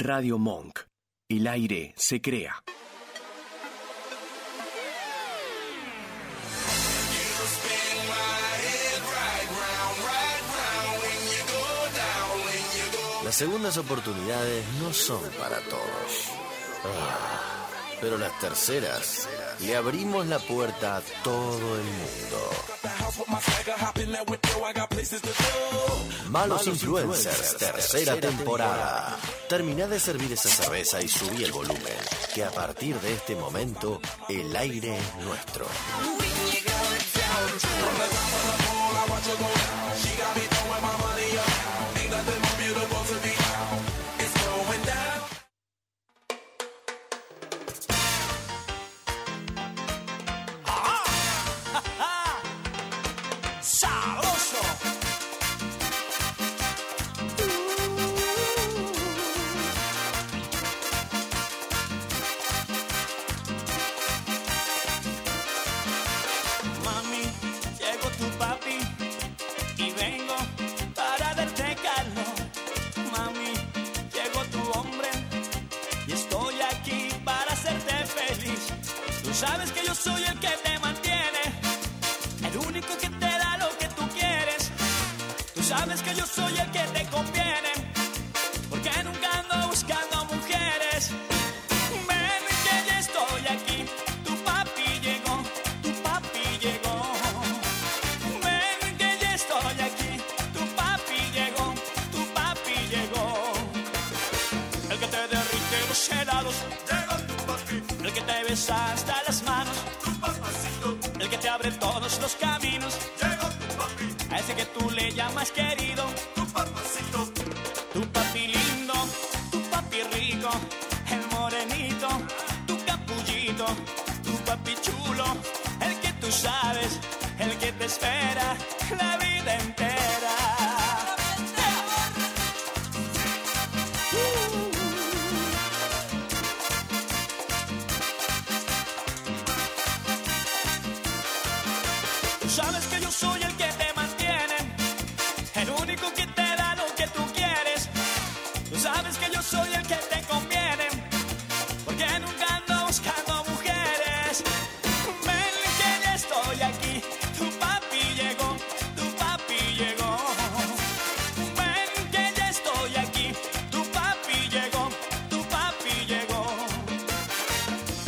Radio Monk. El aire se crea. Las segundas oportunidades no son para todos. Ah, pero las terceras le abrimos la puerta a todo el mundo. Malos Influencers, tercera temporada. Termina de servir esa cerveza y subí el volumen, que a partir de este momento el aire es nuestro. ¡Sabroso! Mami, llegó tu papi y vengo para darte calor. Mami, llegó tu hombre y estoy aquí para hacerte feliz. Tú sabes que yo soy el que te mantiene. El único que te da lo que tú quieres. Tú sabes que yo soy el que te conviene. Porque nunca ando buscando mujeres. Ven que ya estoy aquí. Tu papi llegó, tu papi llegó. Ven que ya estoy aquí. Tu papi llegó, tu papi llegó. El que te derrite los helados. Llegó tu papi. El que te besa hasta las manos. El que te abre todos los caminos. Llegó tu papi. A ese que tú le llamas querido. Tu papacito. Tu papi lindo. Tu papi rico. El morenito. Tu capullito. Tu papi chulo. El que tú sabes. El que te espera la vida entera. Tú sabes que yo soy el que te mantiene, el único que te da lo que tú quieres. Tú sabes que yo soy el que te conviene, porque nunca ando buscando mujeres. Ven que ya estoy aquí, tu papi llegó, tu papi llegó. Ven que ya estoy aquí, tu papi llegó, tu papi llegó.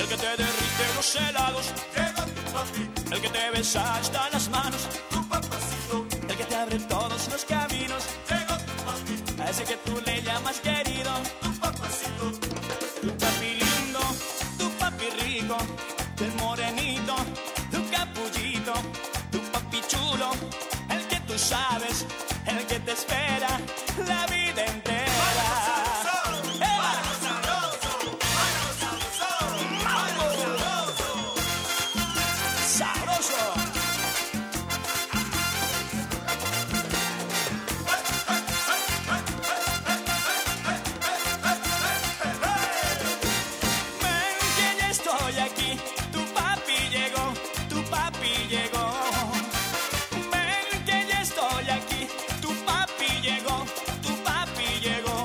El que te derrite los helados, llega tu papi. El que te besa hasta las manos, tu papacito. El que te abre todos los caminos, llega tu papi. A ese que tú le llamas querido, tu papacito. Tu papi lindo, tu papi rico, el morenito, tu capullito, tu papi chulo. El que tú sabes, el que te espera la vida entera. ¡Eva! sabroso. Ven que ya estoy aquí, tu papi llegó, tu papi llegó. Ven que ya estoy aquí, tu papi llegó, tu papi llegó.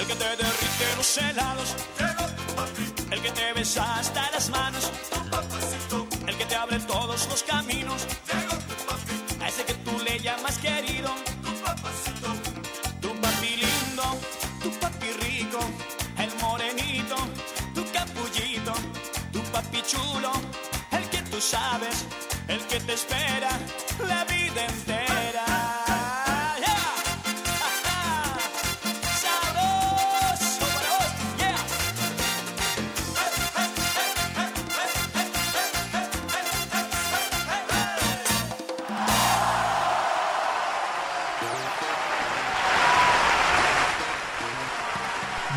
El que te derrite los helados, llegó tu papi. El que te besa hasta las manos, tu papacito. El que te abre todos los caminos, llegó tu papi. A ese que tú le llamas querido, tu papacito. Tu papi lindo, tu papi rico, el morenito, tu capullito, tu papi chulo, el que tú sabes, el que te espera la vida entera. Yeah. Sabroso para vos, yeah.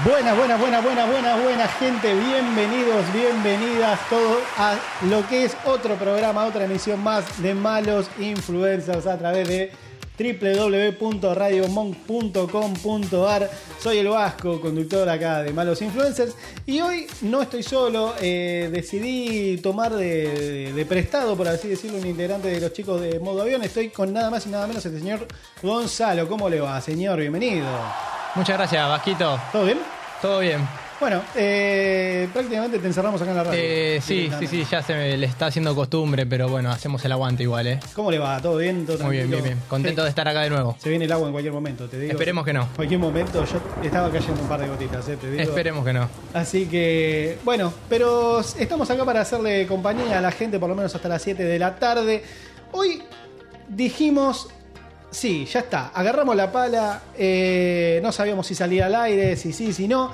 Buenas, buenas, buenas, buenas, buenas, buenas gente, bienvenidos, bienvenidas todos a lo que es otro programa, otra emisión más de Malos Influencers a través de www.radiomonk.com.ar Soy el Vasco, conductor acá de Malos Influencers y hoy no estoy solo, eh, decidí tomar de, de prestado, por así decirlo, un integrante de los chicos de Modo Avión, estoy con nada más y nada menos el señor Gonzalo, ¿cómo le va, señor? Bienvenido. Muchas gracias, Vasquito. ¿Todo bien? Todo bien. Bueno, eh, prácticamente te encerramos acá en la radio. Eh, sí, sí, sí, ya se me le está haciendo costumbre, pero bueno, hacemos el aguante igual, ¿eh? ¿Cómo le va? ¿Todo bien? ¿Todo Muy bien, bien, tranquilo? bien. Contento Sí. de estar acá de nuevo. Se viene el agua en cualquier momento, te digo. Esperemos que no. En cualquier momento yo estaba cayendo un par de gotitas, eh, te digo. Esperemos que no. Así que, bueno, pero estamos acá para hacerle compañía a la gente, por lo menos hasta las 7 de la tarde. Hoy dijimos, sí, ya está, agarramos la pala, eh, no sabíamos si salía al aire, si sí, si no.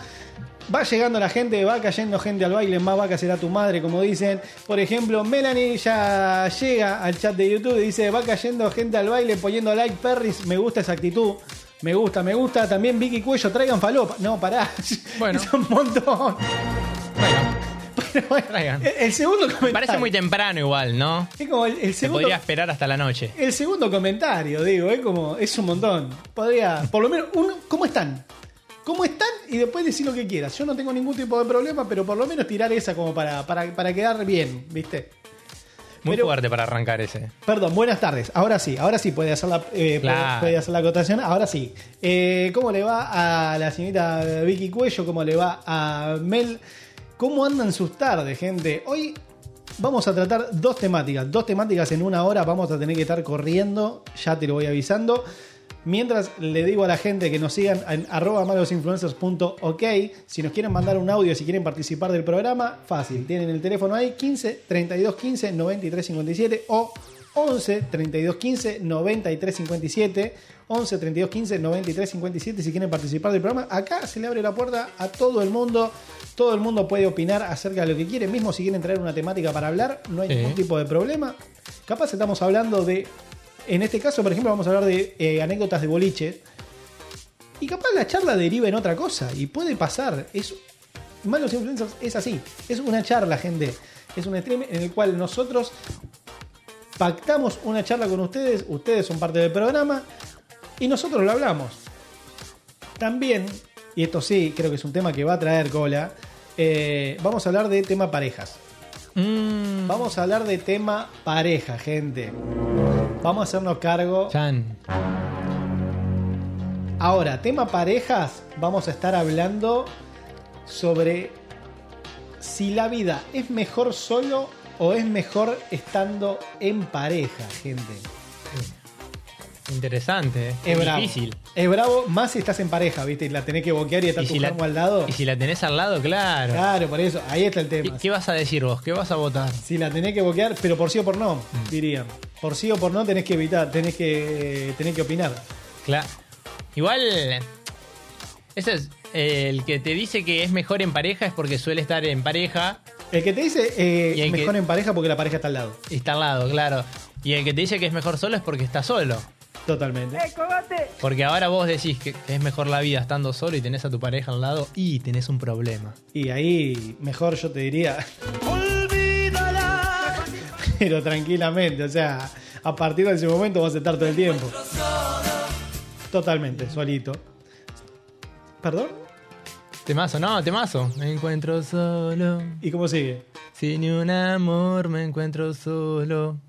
Va llegando la gente, va cayendo gente al baile, más vaca será tu madre, como dicen. Por ejemplo, Melanie ya llega al chat de YouTube y dice, va cayendo gente al baile poniendo like, perris, me gusta esa actitud. Me gusta, me gusta. También Vicky Cuello, traigan falopa. No, pará. Bueno. Es un montón. Bueno, Pero bueno, Traigan. el- El segundo comentario. parece muy temprano igual, ¿no? Es como el, el Se segundo. podría esperar hasta la noche. El segundo comentario, digo, es como. Es un montón. Podría. Por lo menos, uno. ¿Cómo están? ¿Cómo están? Y después decir lo que quieras. Yo no tengo ningún tipo de problema, pero por lo menos tirar esa como para, para, para quedar bien, ¿viste? Muy Pero- fuerte para arrancar ese. Perdón, buenas tardes. Ahora sí, ahora sí puede hacer la, eh, puede- Claro. puede hacer la acotación. Ahora sí. Eh, ¿Cómo le va a la señorita Vicky Cuello? ¿Cómo le va a Mel? ¿Cómo andan sus tardes, gente? Hoy vamos a tratar dos temáticas. Dos temáticas en una hora. Vamos a tener que estar corriendo. Ya te lo voy avisando. Mientras le digo a la gente que nos sigan en arroba malosinfluencers.ok. Si nos quieren mandar un audio, si quieren participar del programa, fácil. Tienen el teléfono ahí 15 32 15 93 57 o 11 32 15 93 57. 11 32 15 93 57 si quieren participar del programa. Acá se le abre la puerta a todo el mundo. Todo el mundo puede opinar acerca de lo que quiere. Mismo si quieren traer una temática para hablar, no hay Sí. ningún tipo de problema. Capaz estamos hablando de en este caso, por ejemplo, vamos a hablar de eh, anécdotas de boliche. Y capaz la charla deriva en otra cosa. Y puede pasar. Es, Malos Influencers es así. Es una charla, gente. Es un stream en el cual nosotros pactamos una charla con ustedes. Ustedes son parte del programa. Y nosotros lo hablamos. También, y esto sí, creo que es un tema que va a traer cola. eh, vamos a hablar de tema parejas. Mm, Vamos a hablar de tema pareja, gente. Vamos a hacernos cargo. Chan. Ahora, tema parejas, vamos a estar hablando sobre si la vida es mejor solo o es mejor estando en pareja, gente. Interesante. ¿eh? Es bravo. Difícil. Es bravo, más si estás en pareja, ¿viste? Y la tenés que boquear y está Y tu si, la, germo al lado. y si la tenés al lado, claro. Claro, por eso, ahí está el ¿Qué, tema. qué vas a decir vos? ¿Qué vas a votar? Si la tenés que boquear, pero por sí o por no, Mm. dirían. Por sí o por no tenés que evitar, tenés que, eh, tenés que opinar. Claro. Igual. Ese es. eh, el que te dice que es mejor en pareja es porque suele estar en pareja El que te dice eh, Y hay que- mejor en pareja porque la pareja está al lado. y está al lado, claro. Y el que te dice que es mejor solo es porque está solo. Totalmente. Porque ahora vos decís que es mejor la vida estando solo y tenés a tu pareja al lado y tenés un problema. Y ahí mejor yo te diría, Olvídala. pero tranquilamente, o sea, a partir de ese momento vas a estar todo el tiempo. Totalmente, solito. ¿Perdón? Temazo, no, temazo. Me encuentro solo. ¿Y cómo sigue? Sin un amor me encuentro solo.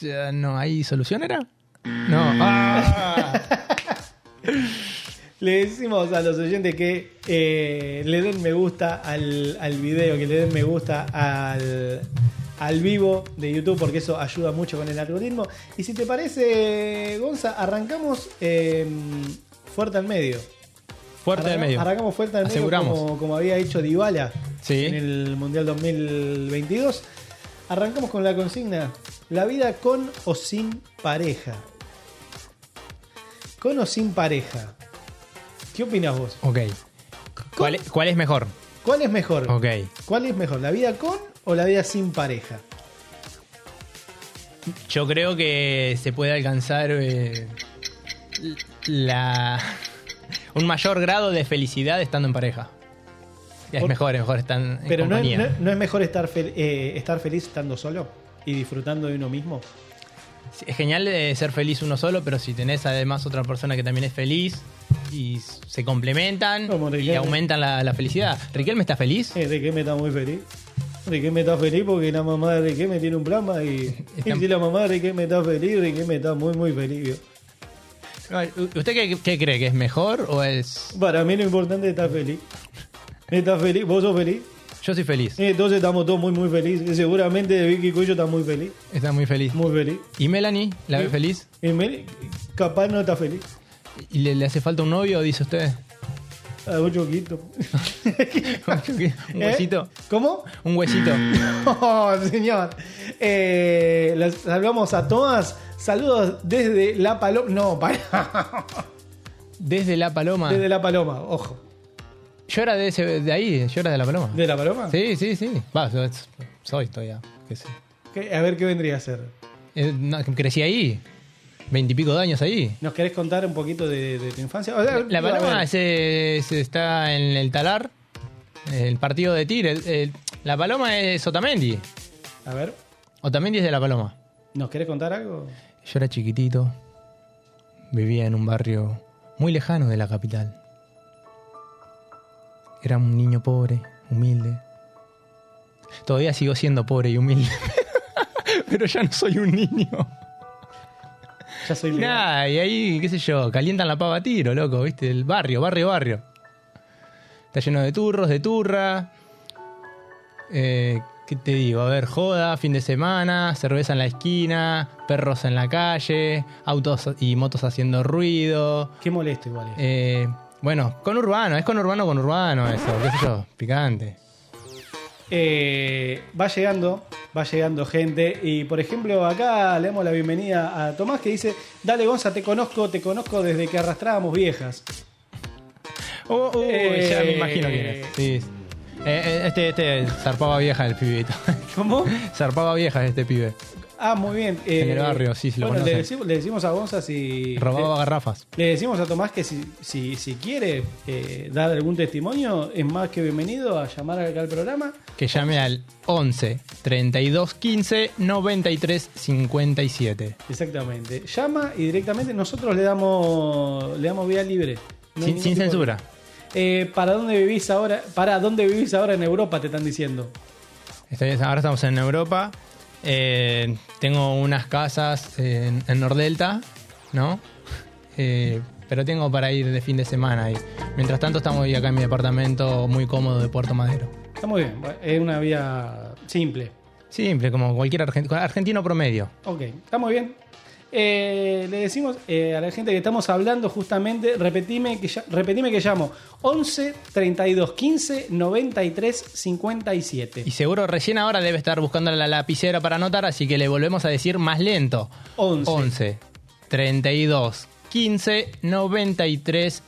Ya no, ¿hay solución era? No. Mm. Ah. Le decimos a los oyentes que eh, le den me gusta al, al video, que le den me gusta al, al vivo de YouTube, porque eso ayuda mucho con el algoritmo. Y si te parece, Gonza, arrancamos eh, fuerte al medio. Fuerte del Arrancamos- medio. Arrancamos fuerte al medio, Aseguramos. Como, como había hecho Dybala Sí. en el Mundial 2022. Arrancamos con la consigna: la vida con o sin pareja. Con o sin pareja. ¿Qué opinas vos? Ok. ¿Cuál, cuál es mejor? ¿Cuál es mejor? Ok. ¿Cuál es mejor? ¿La vida con o la vida sin pareja? Yo creo que se puede alcanzar eh, la un mayor grado de felicidad estando en pareja. Es Por- mejor, es mejor estar en Pero no es, compañía. no- no es mejor estar, fel- eh, estar feliz estando solo y disfrutando de uno mismo. Es genial eh, ser feliz uno solo, pero si tenés además otra persona que también es feliz y s- se complementan Como y Riquelme. aumentan la, la felicidad. ¿Riquelme está feliz? Eh, Riquelme está muy feliz. Riquelme está feliz porque la mamá de Riquelme tiene un plasma y, Está- y si la mamá de Riquelme está feliz, Riquelme está muy muy feliz. vio. Ay, ¿u- ¿Usted qué, qué cree? ¿Que es mejor o es.? Para mí lo importante es estar feliz. ¿Estás feliz? ¿Vos sos feliz? Yo soy feliz. Entonces estamos todos muy, muy felices. Seguramente Vicky Cuyo está muy feliz. Está muy feliz. Muy feliz. ¿Y Melanie? ¿La ve Sí. feliz? Y Meli, capaz no está feliz. ¿Y le, le hace falta un novio, dice usted? A un choquito. ¿Un huesito? ¿Eh? ¿Cómo? ¿Un huesito? No, señor. Eh, las saludamos a todas. Saludos desde La Paloma. No, para. Desde La Paloma. Desde La Paloma, ojo. Yo era de, ese, de ahí, yo era de La Paloma. ¿De La Paloma? Sí, sí, sí. Va, yo- soy todavía. qué sé. ¿Qué? A ver qué vendría a ser. Eh, no, crecí ahí. Veintipico de años ahí. ¿Nos querés contar un poquito de, de tu infancia? O sea, La digo, a Paloma ver, se, se está en el talar, el partido de tir. el- el- la Paloma es Otamendi. A ver, Otamendi es de La Paloma. ¿nos querés contar algo? Yo era chiquitito, vivía en un barrio muy lejano de la capital. Era un niño pobre, humilde. Todavía sigo siendo pobre y humilde, pero ya no soy un niño. Ya soy legal. Nah, y ahí, qué sé yo, calientan la pava a tiro, loco, ¿viste? El barrio, barrio, barrio. Está lleno de turros, de turra. Eh, ¿Qué te digo? A ver, joda, fin de semana, cerveza en la esquina, perros en la calle, autos y motos haciendo ruido. Qué molesto igual es. Eh, bueno, con urbano, es con urbano, con urbano eso, qué sé yo, picante. Eh, va llegando, va llegando gente. Y por ejemplo, acá le damos la bienvenida a Tomás que dice: Dale, Gonza, te conozco, te conozco desde que arrastrábamos viejas. Oh, oh, Eh, ya me imagino quién es. Sí. Eh, eh, este, este, zarpaba vieja el pibito. ¿Cómo? zarpaba vieja este pibe. Ah, muy bien. En el barrio, sí, sí, lo bueno, le conocen. decimos, le decimos a Gonza si. Robaba le, garrafas. le decimos a Tomás que si, si, si quiere eh, dar algún testimonio, es más que bienvenido a llamar acá al programa. Que llame al 11 32 15 93 57. Exactamente. Llama y directamente nosotros le damos le damos vía libre. No hay sin ningún sin tipo de- censura. Eh, ¿Para dónde vivís ahora? ¿Para dónde vivís ahora en Europa? Te están diciendo. Está bien, ahora estamos en Europa. Eh, tengo unas casas en, en Nordelta, ¿no? Eh, pero tengo para ir de fin de semana ahí. Mientras tanto, estamos hoy acá en mi departamento muy cómodo de Puerto Madero. Está muy bien. bueno, Es una vía simple. Simple, como cualquier argen- argentino promedio. Ok, está muy bien. Eh, le decimos eh, a la gente que estamos hablando justamente, repetime que, ya- repetime que llamo 11 32 15 93 57. Y seguro recién ahora debe estar buscando la lapicera para anotar, así que le volvemos a decir más lento. 11. 11 32 15 93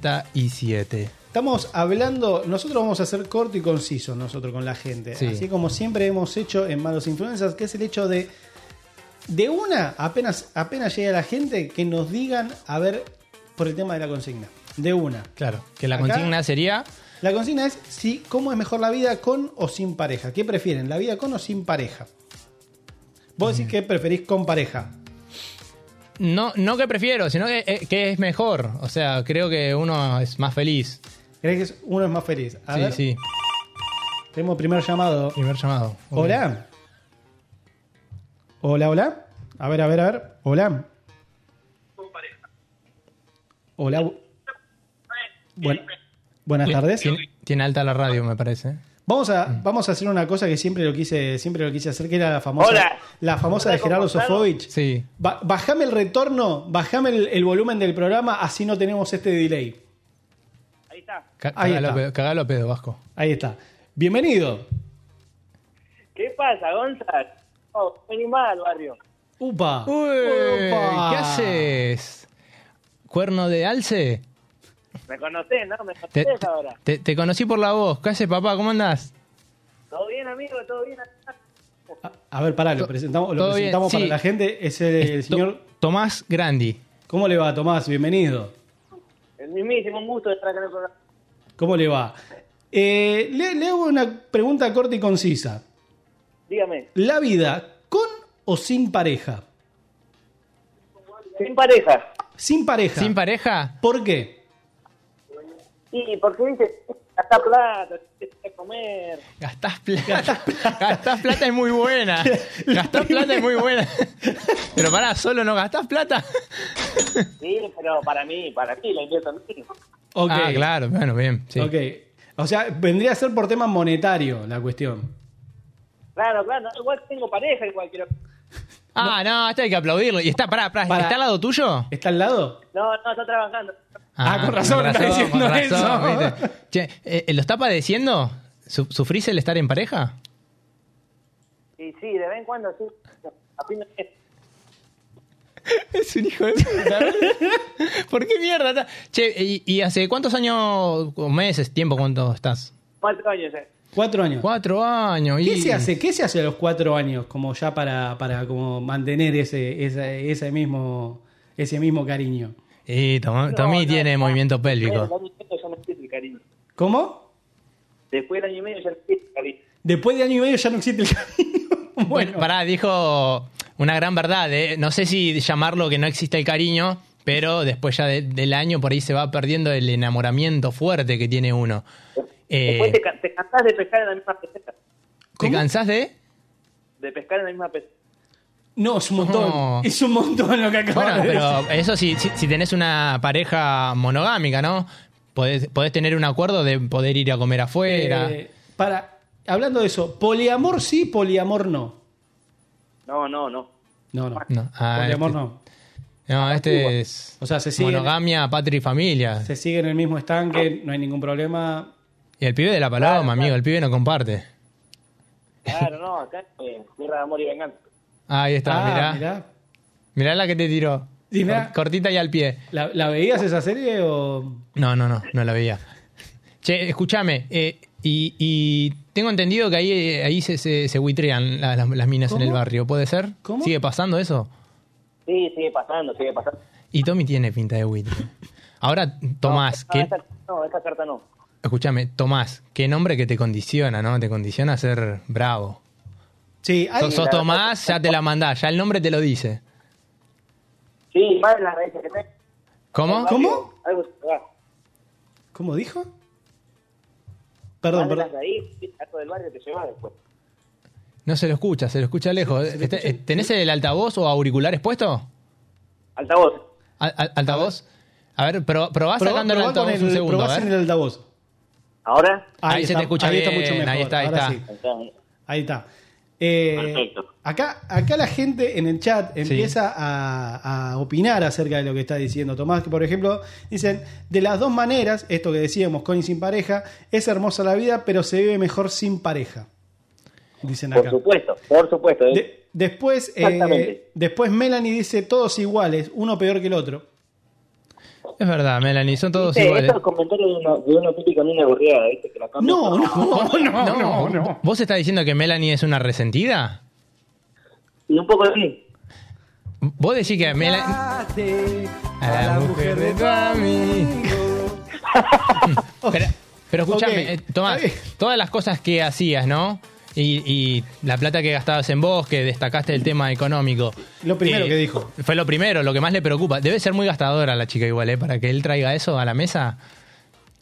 57. Estamos hablando, nosotros vamos a ser corto y conciso nosotros con la gente, Sí. así como siempre hemos hecho en Malos Influencias, que es el hecho de de una apenas apenas llega la gente que nos digan a ver por el tema de la consigna, de una. Claro, que la Acá- consigna sería La consigna es si cómo es mejor la vida con o sin pareja. ¿Qué prefieren, la vida con o sin pareja? Vos decís que preferís con pareja. no no que prefiero, sino que, eh, que es mejor, o sea, creo que uno es más feliz. ¿Crees que uno es más feliz? A sí, ver, sí. tenemos primer llamado. Primer llamado. Hola. Hola, hola. A ver, a ver, a ver. Hola. Hola. bu- Buen- buenas tardes. Tiene, tiene alta la radio, me parece. Vamos a, vamos a hacer una cosa que siempre lo quise, siempre lo quise hacer, que era la famosa, Hola. la famosa de Gerardo Sofovich. Sí. Ba- bajame el retorno, bajame el, el volumen del programa, así no tenemos este delay. Ahí está. Ca- Ahí Cagalo a está. pedo- cagalo a pedo, Vasco. Ahí está. Bienvenido. ¿Qué pasa, Gonzalo? Oh, vení más al barrio. Upa. Uy, Upa. ¿Qué haces? ¿Cuerno de alce? Me conocés, ¿no? Me Te, conocés ahora. te- te conocí por la voz. ¿Qué haces, papá? ¿Cómo andás? ¿Todo bien, amigo? ¿Todo bien? A, a ver, pará, lo presentamos, lo todo bien, presentamos para sí. la gente. Es el, el To- señor. Tomás Grandi. ¿Cómo le va, Tomás? Bienvenido. El mismísimo, un gusto de estar acá en el programa. ¿Cómo le va? Eh, le, le hago una pregunta corta y concisa. Dígame, ¿La vida con o sin pareja? sin pareja, Sin pareja. ¿Sin pareja? ¿Por qué? Y porque viste, hasta plata, a comer. Gastás plata. Gastás plata es muy buena. Gastás plata es muy buena. Pero pará, solo no gastás plata. Sí, pero para mí, para ti, la invierto en mí. Ok, Ah, claro, bueno, bien. sí. ok. O sea, vendría a ser por tema monetario la cuestión. Claro, claro, igual tengo pareja, igual quiero. Ah, no, este hay que aplaudirlo. Y está, pará, pará, Pará. ¿está al lado tuyo? ¿Está al lado? No, no, está trabajando. Ah, con razón, está diciendo eso. ¿viste? Che, eh, ¿lo está padeciendo? ¿Su- ¿Sufrís el estar en pareja? Y sí, de vez en cuando sí. A fin de mes. Es un hijo de puta. ¿Por qué mierda? está? Che, ¿y, y hace cuántos años, o meses, tiempo, cuánto estás? Cuatro años, eh. Cuatro años. Cuatro años. ¿Qué y- se hace? ¿Qué se hace a los cuatro años? Como ya para, para como mantener ese, ese, ese mismo, ese mismo cariño. Y Tom- Tommy No, no, tiene no. movimiento El pélvico. año y medio ya no existe el cariño. ¿Cómo? Después del año y medio ya no existe el cariño. Después de año y medio ya no existe el cariño. Bueno, Bueno, pará, dijo una gran verdad. eh. No sé si llamarlo que no existe el cariño, pero después ya de- del año por ahí se va perdiendo el enamoramiento fuerte que tiene uno. Eh, Después te, ca- te cansás de pescar en la misma peseta. ¿Te cansás de...? De pescar en la misma peseta. no, es un montón. No. Es un montón lo que acabas Bueno, de decir. pero eso sí, si, si tenés una pareja monogámica, ¿no? Podés, podés tener un acuerdo de poder ir a comer afuera. Eh, para, hablando de eso, poliamor sí, poliamor no. No, no, no. No, no. No. Ah, poliamor este- no. no, este es O sea, se siguen- monogamia, patria y familia. Se sigue en el mismo estanque, no hay ningún problema. Y el pibe de la paloma, Claro, amigo, el pibe no comparte. Claro, no, acá eh, tierra de amor y venganza. Ahí está, Ah, mirá. mirá. mirá. la que te tiró. Sí, mirá. Cor- Cortita y al pie. ¿La, la veías esa serie o...? No, no, no, no la veía. Che, escúchame, eh, y, y tengo entendido que ahí, eh, ahí se, se, se buitrean la- las, las minas en el ¿Cómo? barrio, ¿puede ser? ¿Cómo? ¿Sigue pasando eso? Sí, sigue pasando, sigue pasando. Y Tommy tiene pinta de buitre. Ahora, Tomás, No, que, esta- no, esta carta no. escúchame, Tomás, qué nombre que te condiciona, ¿no? Te condiciona a ser bravo. Sí, hay- Sos, sos la verdad Tomás, ya te la mandás, ya el nombre te lo dice. Sí, más las raíces que tengo. ¿Cómo? Algo- ¿Cómo? Algo se te va. ¿Cómo dijo? Más Perdón, de perdón. las raíces, algo del barrio te lleva después. No se lo escucha, se lo escucha lejos. Este- ¿Tenés el altavoz o auriculares puesto? Altavoz. Al- al- ¿Altavoz? A ver, pro- probá Probá- sacando el probá con altavoz el- un segundo. probá a ver. sin el altavoz. ¿Ahora? Ahí se te escucha ahí bien, está mucho mejor. ahí está, ahí ahora está. sí, Entonces, ahí está. Eh, Perfecto. Acá, acá la gente en el chat empieza a, a opinar acerca de lo que está diciendo Tomás, que por ejemplo dicen, de las dos maneras, esto que decíamos, con y sin pareja, es hermosa la vida, pero se vive mejor sin pareja. Dicen Por acá. supuesto, por supuesto. ¿eh? De- después, eh, Exactamente. después Melanie dice, todos iguales, uno peor que el otro. Es verdad, Melanie, son todos Viste, iguales. Esto es el comentario de una, de una típica mina gorreada, ¿viste? Que la cambia No, por- no, no, no, no. ¿Vos estás diciendo que Melanie es una resentida? Y un poco así. ¿Vos decís que Melanie... A la, mujer de tu amigo. pero, pero escúchame, Ok. eh, Tomás, Está bien. todas las cosas que hacías, ¿no? Y, y la plata que gastabas en vos, que destacaste el tema económico. Eh, Lo primero que dijo. Fue lo primero, lo que más le preocupa. Debe ser muy gastadora la chica igual, ¿eh? Para que él traiga eso a la mesa.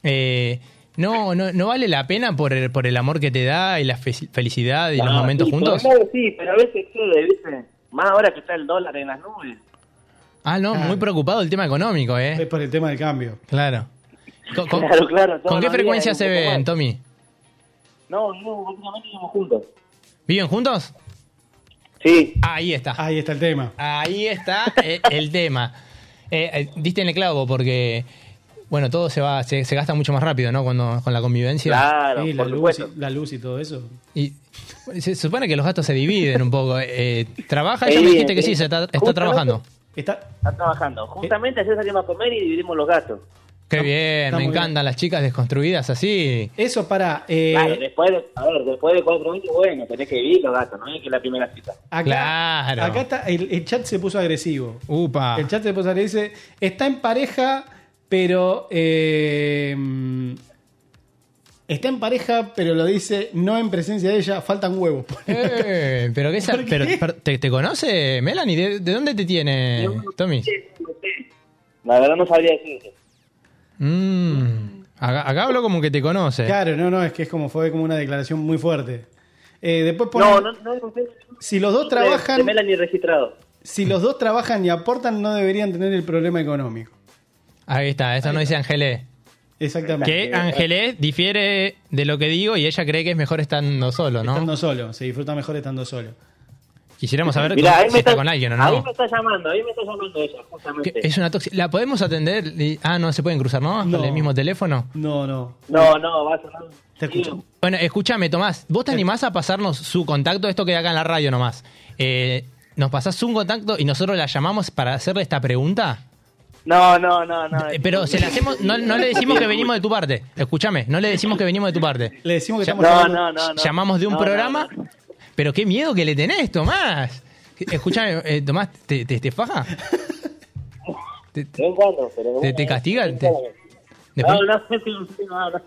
Eh, no, no, no vale la pena por el, por el amor que te da y la fe- felicidad y los Ah, momentos sí, juntos. por un lado Sí, pero a veces excede, ¿viste? Más ahora que está el dólar en las nubes. Ah, no, muy preocupado el tema económico, ¿eh? Es por el tema del cambio. Claro. ¿Con, con- Claro, claro, todos ¿con qué los días frecuencia hay un se poco ven, más. Tommy? No, no, últimamente vivimos juntos. ¿Viven juntos? Sí. Ahí está. Ahí está el tema. Ahí está eh, el tema. Eh, eh, diste en el clavo porque, bueno, todo se va, se, se gasta mucho más rápido, ¿no? Cuando, con la convivencia. Claro, Sí, la, por luz, supuesto. y- la luz y todo eso. Y se supone que los gastos se dividen un poco. Eh, ¿Trabaja? Ya Sí, me dijiste que sí. sí, se está, está Justamente- trabajando. Está, Está Eh. trabajando. Justamente ayer salimos a comer y dividimos los gastos. Qué bien, está me muy bien. encantan las chicas desconstruidas así. Eso para. eh, Claro, después de, a ver, después de cuatro meses, bueno, tenés que vivir los gastos, no es que es la primera cita. acá, Claro. acá está. El, el chat se puso agresivo. Upa. El chat se puso agresivo. Dice: Está en pareja, pero. eh, está en pareja, pero lo dice no en presencia de ella. Faltan huevos. Eh, pero qué, sa- ¿Por qué? pero- pero- ¿te, te conoce, Melanie? ¿De, de dónde te tiene, Tommy? La verdad no sabría decirte. Mm. Acá, acá hablo como que te conoce. Claro, no, no, es que es como fue como una declaración muy fuerte. Eh, después ponen, No, no, no. no sé. si los dos De- De trabajan, Melanie registrado. si los dos trabajan y aportan, no deberían tener el problema económico. Ahí está, eso no dice Angelé. Exactamente. Que Angelé difiere de lo que digo y ella cree que es mejor estando solo, ¿no? Estando solo, se disfruta mejor estando solo. Quisiéramos saber Mirá, con- ahí si me está está, con alguien o ahí no. me está llamando, ahí me está llamando ella, Que justamente. Es una tóxica. ¿La podemos atender? Y- Ah, no, se pueden cruzar, ¿no? No. Con el mismo teléfono. No, no. No, no, va a sonar. un Te tío. escucho. Bueno, escúchame, Tomás. ¿Vos te animás a pasarnos su contacto? Esto queda acá en la radio nomás. Eh, ¿Nos pasás un contacto y nosotros la llamamos para hacerle esta pregunta? No, no, no, no. Eh, Pero se la hacemos, no, no le decimos que venimos de tu parte. Escúchame, no le decimos que venimos de tu parte. Le decimos que Ya- estamos No, hablando- no, no, no. Llamamos de un No, no, programa. no. Pero qué miedo que le tenés, Tomás. Escúchame, eh, Tomás, ¿te, te, te faja? Te- te- De vez en cuando, pero ¿Te- una te vez- castigan? de vez en ¿Te- después- cuando. No, no, sí, sí, no, no.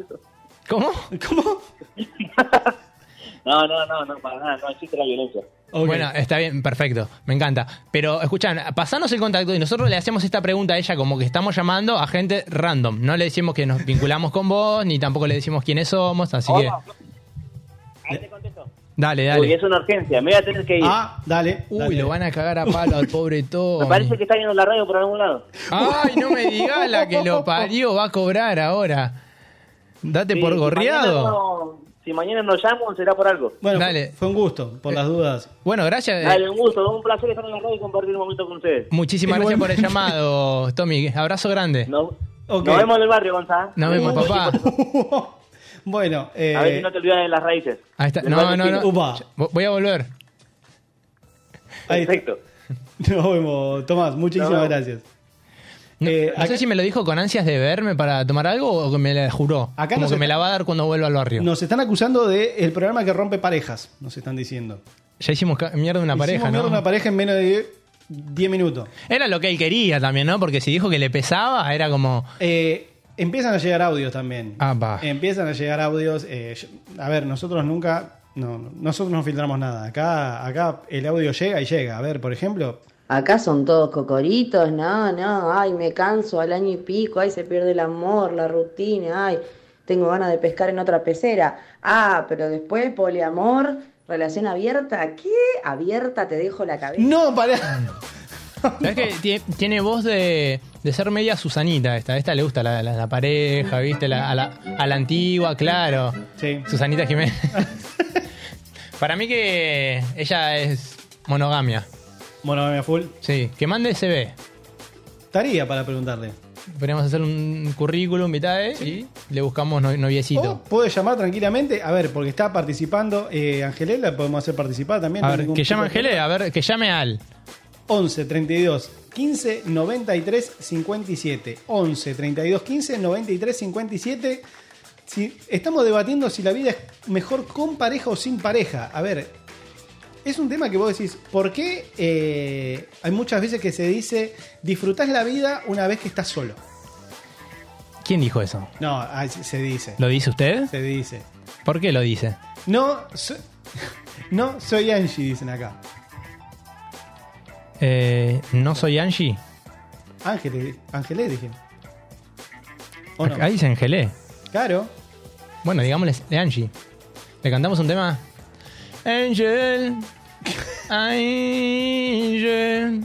¿Cómo? ¿Cómo? No, no, no, no, para nada, no existe la violencia. Ok. Bueno, está bien, perfecto, me encanta. Pero escuchan, pasanos el contacto y nosotros le hacemos esta pregunta a ella como que estamos llamando a gente random. No le decimos que nos vinculamos con vos, ni tampoco le decimos quiénes somos, así que... Hola. Ahí te contesto. Dale, Oh, Uy, dale. es una urgencia, me voy a tener que ir. Ah, dale. eh, Uy, dale. lo van a cagar a palo al pobre todo. me parece que está yendo la radio por algún lado. Ay, no me digas la que lo parió, va a cobrar ahora. Date Sí, por si mañana gorreado. no- si mañana nos llaman, será por algo. Bueno, Dale. fue- fue un gusto, por las dudas. Bueno, gracias. eh, Dale, un gusto, un placer estar en la radio y compartir un momento con ustedes. Muchísimas gracias por el llamado, Tommy. Abrazo grande. Nos, Ok. nos vemos en el barrio, Gonzalo. Nos vemos, papá. bueno, eh, A ver si no te olvidas de las raíces. Ahí está. Del No, barrio no, chino. no. Upa. Vo- Voy a volver. ahí está. Perfecto. nos vemos, Tomás. Muchísimas Nos vemos. gracias. No, Eh, no acá- sé si me lo dijo con ansias de verme para tomar algo o que me la juró. Acá Como nos que está- me la va a dar cuando vuelva al barrio. Nos están acusando del el programa que rompe parejas, nos están diciendo. Ya hicimos ca- mierda una Hicimos pareja, mierda ¿no? una pareja en menos de 10 minutos. Era lo que él quería también, ¿no? Porque si dijo que le pesaba, era como... Eh, empiezan a llegar audios también. Ah, va. Empiezan a llegar audios. eh, yo- a ver, nosotros nunca. No, nosotros no filtramos nada. Acá, acá el audio llega y llega. A ver, por ejemplo. Acá son todos cocoritos, no, no, ay, me canso al año y pico, ay, se pierde el amor, la rutina, ay, tengo ganas de pescar en otra pecera. Ah, pero después poliamor, relación abierta, ¿qué? Abierta te dejo la cabeza. ¡No, para! ¿Sabés que tie- tiene voz de, de ser media Susanita esta? Esta le gusta la, la- la pareja, ¿viste? La- a, la, a la antigua, claro. Sí. Susanita Jiménez. Para mí que ella es monogamia. Bueno, me full. Sí, que mande CV. Estaría para preguntarle. Podríamos hacer un currículum, vitae, y le buscamos no- noviecito. O puede llamar tranquilamente. A ver, porque está participando. Eh, Angelela, podemos hacer participar también. A no hay ver, ningún que tipo llame de- Angelé, a ver, que llame al. 11 32 15 93 57. 11 32 15 93 57. Si, estamos debatiendo si la vida es mejor con pareja o sin pareja. A ver, es un tema que vos decís, ¿por qué eh, hay muchas veces que se dice disfrutás la vida una vez que estás solo? ¿Quién dijo eso? No, ah, se se dice. ¿Lo dice usted? Se dice. ¿Por qué lo dice? No, so- no soy Angie, dicen acá. Eh, ¿No soy Angie? Ángeles, Ángeles, dije. ¿O no? Acá dice Angelé. Claro. Bueno, digámosle de Angie. ¿Le cantamos un tema? Angel. Angel.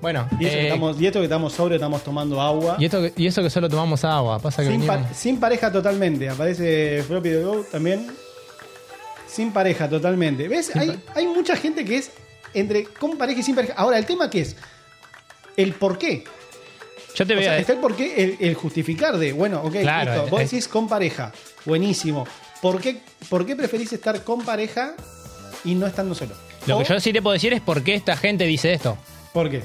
Bueno, Y, eso que eh, estamos, y esto que estamos sobre, estamos tomando agua. y, esto, que- y eso que solo tomamos agua. Pasa que sin, pa- venimos- sin pareja totalmente. Aparece Floppy the Go también. Sin pareja totalmente. ¿Ves? Hay, hay mucha gente que es entre con pareja y sin pareja. Ahora, el tema que es el por qué. Yo te O voy sea, a está el por qué, el, el justificar de, bueno, ok, eh. Claro, eh, listo, el- vos el- decís con pareja. Buenísimo. ¿Por qué, ¿Por qué preferís estar con pareja y no estando solo? Lo que O, yo sí te puedo decir es por qué esta gente dice esto. ¿Por qué?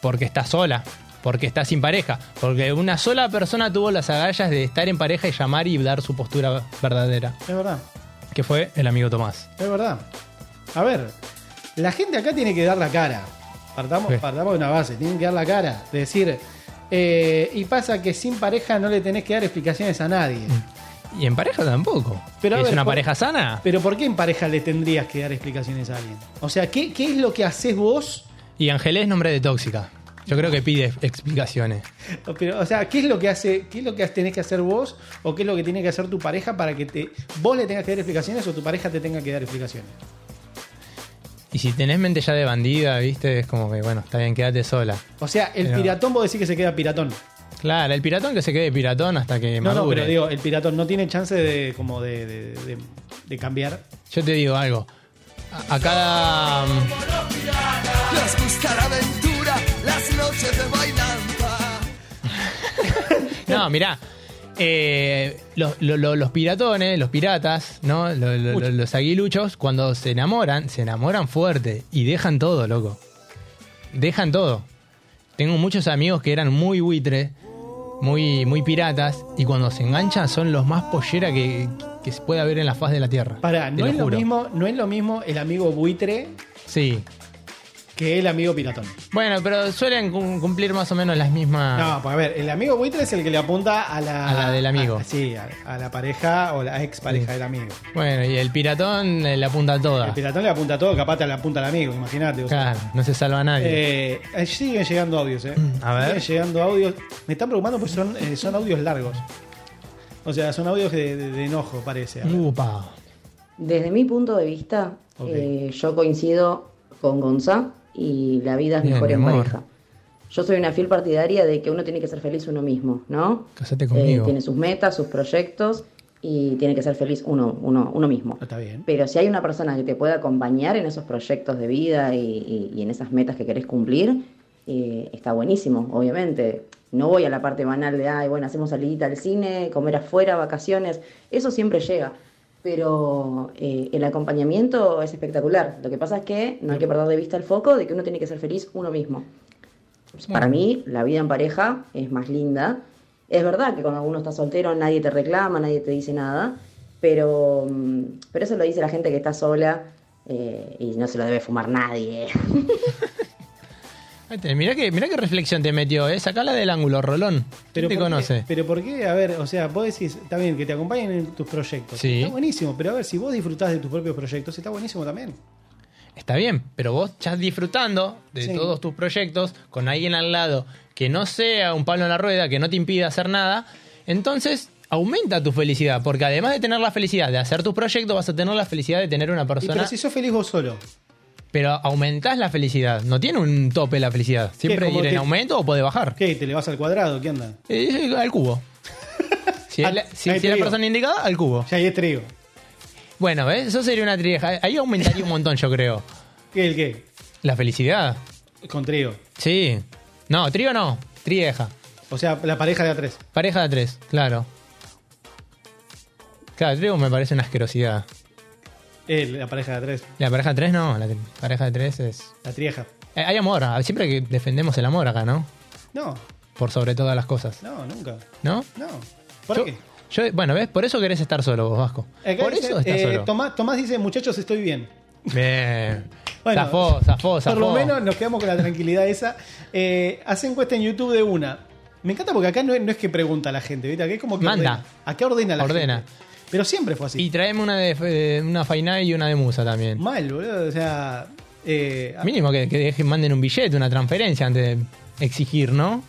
Porque está sola. Porque está sin pareja. Porque una sola persona tuvo las agallas de estar en pareja y llamar y dar su postura verdadera. Es verdad. Que fue el amigo Tomás. Es verdad. A ver, la gente acá tiene que dar la cara. Partamos, Sí. partamos de una base, tienen que dar la cara. De decir, eh, y pasa que sin pareja no le tenés que dar explicaciones a nadie. Y en pareja tampoco. Pero a ¿Es ver, una por- pareja sana? Pero ¿por qué en pareja le tendrías que dar explicaciones a alguien? O sea, ¿qué, qué es lo que haces vos? Y Angelé es nombre de tóxica. Yo creo que pide explicaciones. Pero, o sea, ¿qué es lo que hace, qué es lo que tenés que hacer vos o qué es lo que tiene que hacer tu pareja para que te, vos le tengas que dar explicaciones o tu pareja te tenga que dar explicaciones? Y si tenés mente ya de bandida, viste, es como que, bueno, está bien, quédate sola. O sea, el Pero- piratón vos decís que se queda piratón. Claro, el piratón que se quede piratón hasta que No, no, madure. pero digo, el piratón no tiene chance de como de, de- de- de cambiar. Yo te digo algo. A, a cada. mm, Las buscar aventura, las noches de bailanta. No, mirá. eh, los, lo- lo- los piratones, los piratas, ¿no? Lo- lo- lo- los aguiluchos, cuando se enamoran, se enamoran fuerte y dejan todo, loco. Dejan todo. Tengo muchos amigos que eran muy buitres, muy, muy piratas, y cuando se enganchan son los más pollera que, que se puede haber en la faz de la tierra. Pará, Te no es, lo juro. mismo, no es lo mismo el amigo buitre Sí. que el amigo piratón. Bueno, pero suelen cum- cumplir más o menos las mismas. No, pues a ver, el amigo buitre es el que le apunta a la. Ah. A la del amigo. a- sí, a, a la pareja o la ex pareja Sí. del amigo. Bueno, y el piratón eh, le apunta a El todas. piratón le apunta a todo, capaz te le apunta al amigo, imagínate. o sea. Claro, no se salva a nadie. Eh, eh, siguen llegando audios, ¿eh? A ver. Siguen llegando audios. Me están preocupando porque son, eh, son audios largos. O sea, son audios de, de- de enojo, parece. A ver. Upa. Desde mi punto de vista, Ok. eh, yo coincido con Gonzá y la vida es Bien, mejor mi en amor. pareja. Yo soy una fiel partidaria de que uno tiene que ser feliz uno mismo, ¿no? Casate Eh, conmigo. tiene sus metas, sus proyectos y tiene que ser feliz uno, uno, uno mismo. Está bien. Pero si hay una persona que te pueda acompañar en esos proyectos de vida y, y- y en esas metas que querés cumplir, eh, está buenísimo, obviamente. No voy a la parte banal de, ay, bueno, hacemos salidita al cine, comer afuera, vacaciones. Eso siempre llega. Pero eh, el acompañamiento es espectacular. Lo que pasa es que no hay que perder de vista el foco de que uno tiene que ser feliz uno mismo. Para mí, la vida en pareja es más linda. Es verdad que cuando uno está soltero nadie te reclama, nadie te dice nada, pero, mm, pero eso lo dice la gente que está sola eh, y no se lo debe fumar nadie. Ahí tenés, Mirá, que, mirá qué reflexión te metió, ¿eh? Sacala del ángulo, Rolón. ¿Quién te por qué- conoce? pero ¿por qué? A ver, o sea, vos decís, está bien, que te acompañen en tus proyectos. Sí. Está buenísimo, pero a ver, si vos disfrutás de tus propios proyectos, está buenísimo también. Está bien, pero vos estás disfrutando de Sí. todos tus proyectos con alguien al lado que no sea un palo en la rueda, que no te impida hacer nada. Entonces, aumenta tu felicidad, porque además de tener la felicidad de hacer tus proyectos, vas a tener la felicidad de tener una Y, persona. pero si sos feliz vos solo. Pero aumentás la felicidad. No tiene un tope la felicidad. Siempre ¿Cómo ir en que- aumento o puede bajar. ¿Qué? ¿Te le vas al cuadrado? ¿Qué onda? Eh, eh, al cubo. Si es la, Al- si- ahí si te es la digo. persona indicada, al cubo. Ya ahí es trigo. Bueno, ¿ves? eso sería una trieja. Ahí aumentaría un montón, yo creo. ¿Qué el qué? La felicidad. Con trigo. Sí. No, trío no. Trieja. O sea, la pareja de a tres. Pareja de tres, claro. Claro, trío me parece una asquerosidad. Eh, la pareja de a tres. La pareja de tres no. La tri- pareja de tres es. La trieja. Eh, hay amor. Siempre que defendemos el amor acá, ¿no? No, Por sobre todas las cosas. no, nunca. ¿No? No. ¿Por Yo- qué? yo- bueno, ¿ves? Por eso querés estar solo vos, Vasco. Acá Por dice, eso estás eh, solo. Tomás, Tomás dice, muchachos, estoy bien. Bien. Bueno, zafó, zafó, zafó. Por lo menos nos quedamos con la tranquilidad esa. Eh, hace encuesta en YouTube de una. Me encanta porque acá no es, no es que pregunta a la gente, ¿viste? Acá es como que Manda. ordena. Acá ordena la Ordena. gente. Pero siempre fue así. Y traeme una de eh, una Fainá y una de Musa también. Mal, boludo. O sea... eh, Mínimo que, que dejen, manden un billete, una transferencia antes de exigir, ¿no?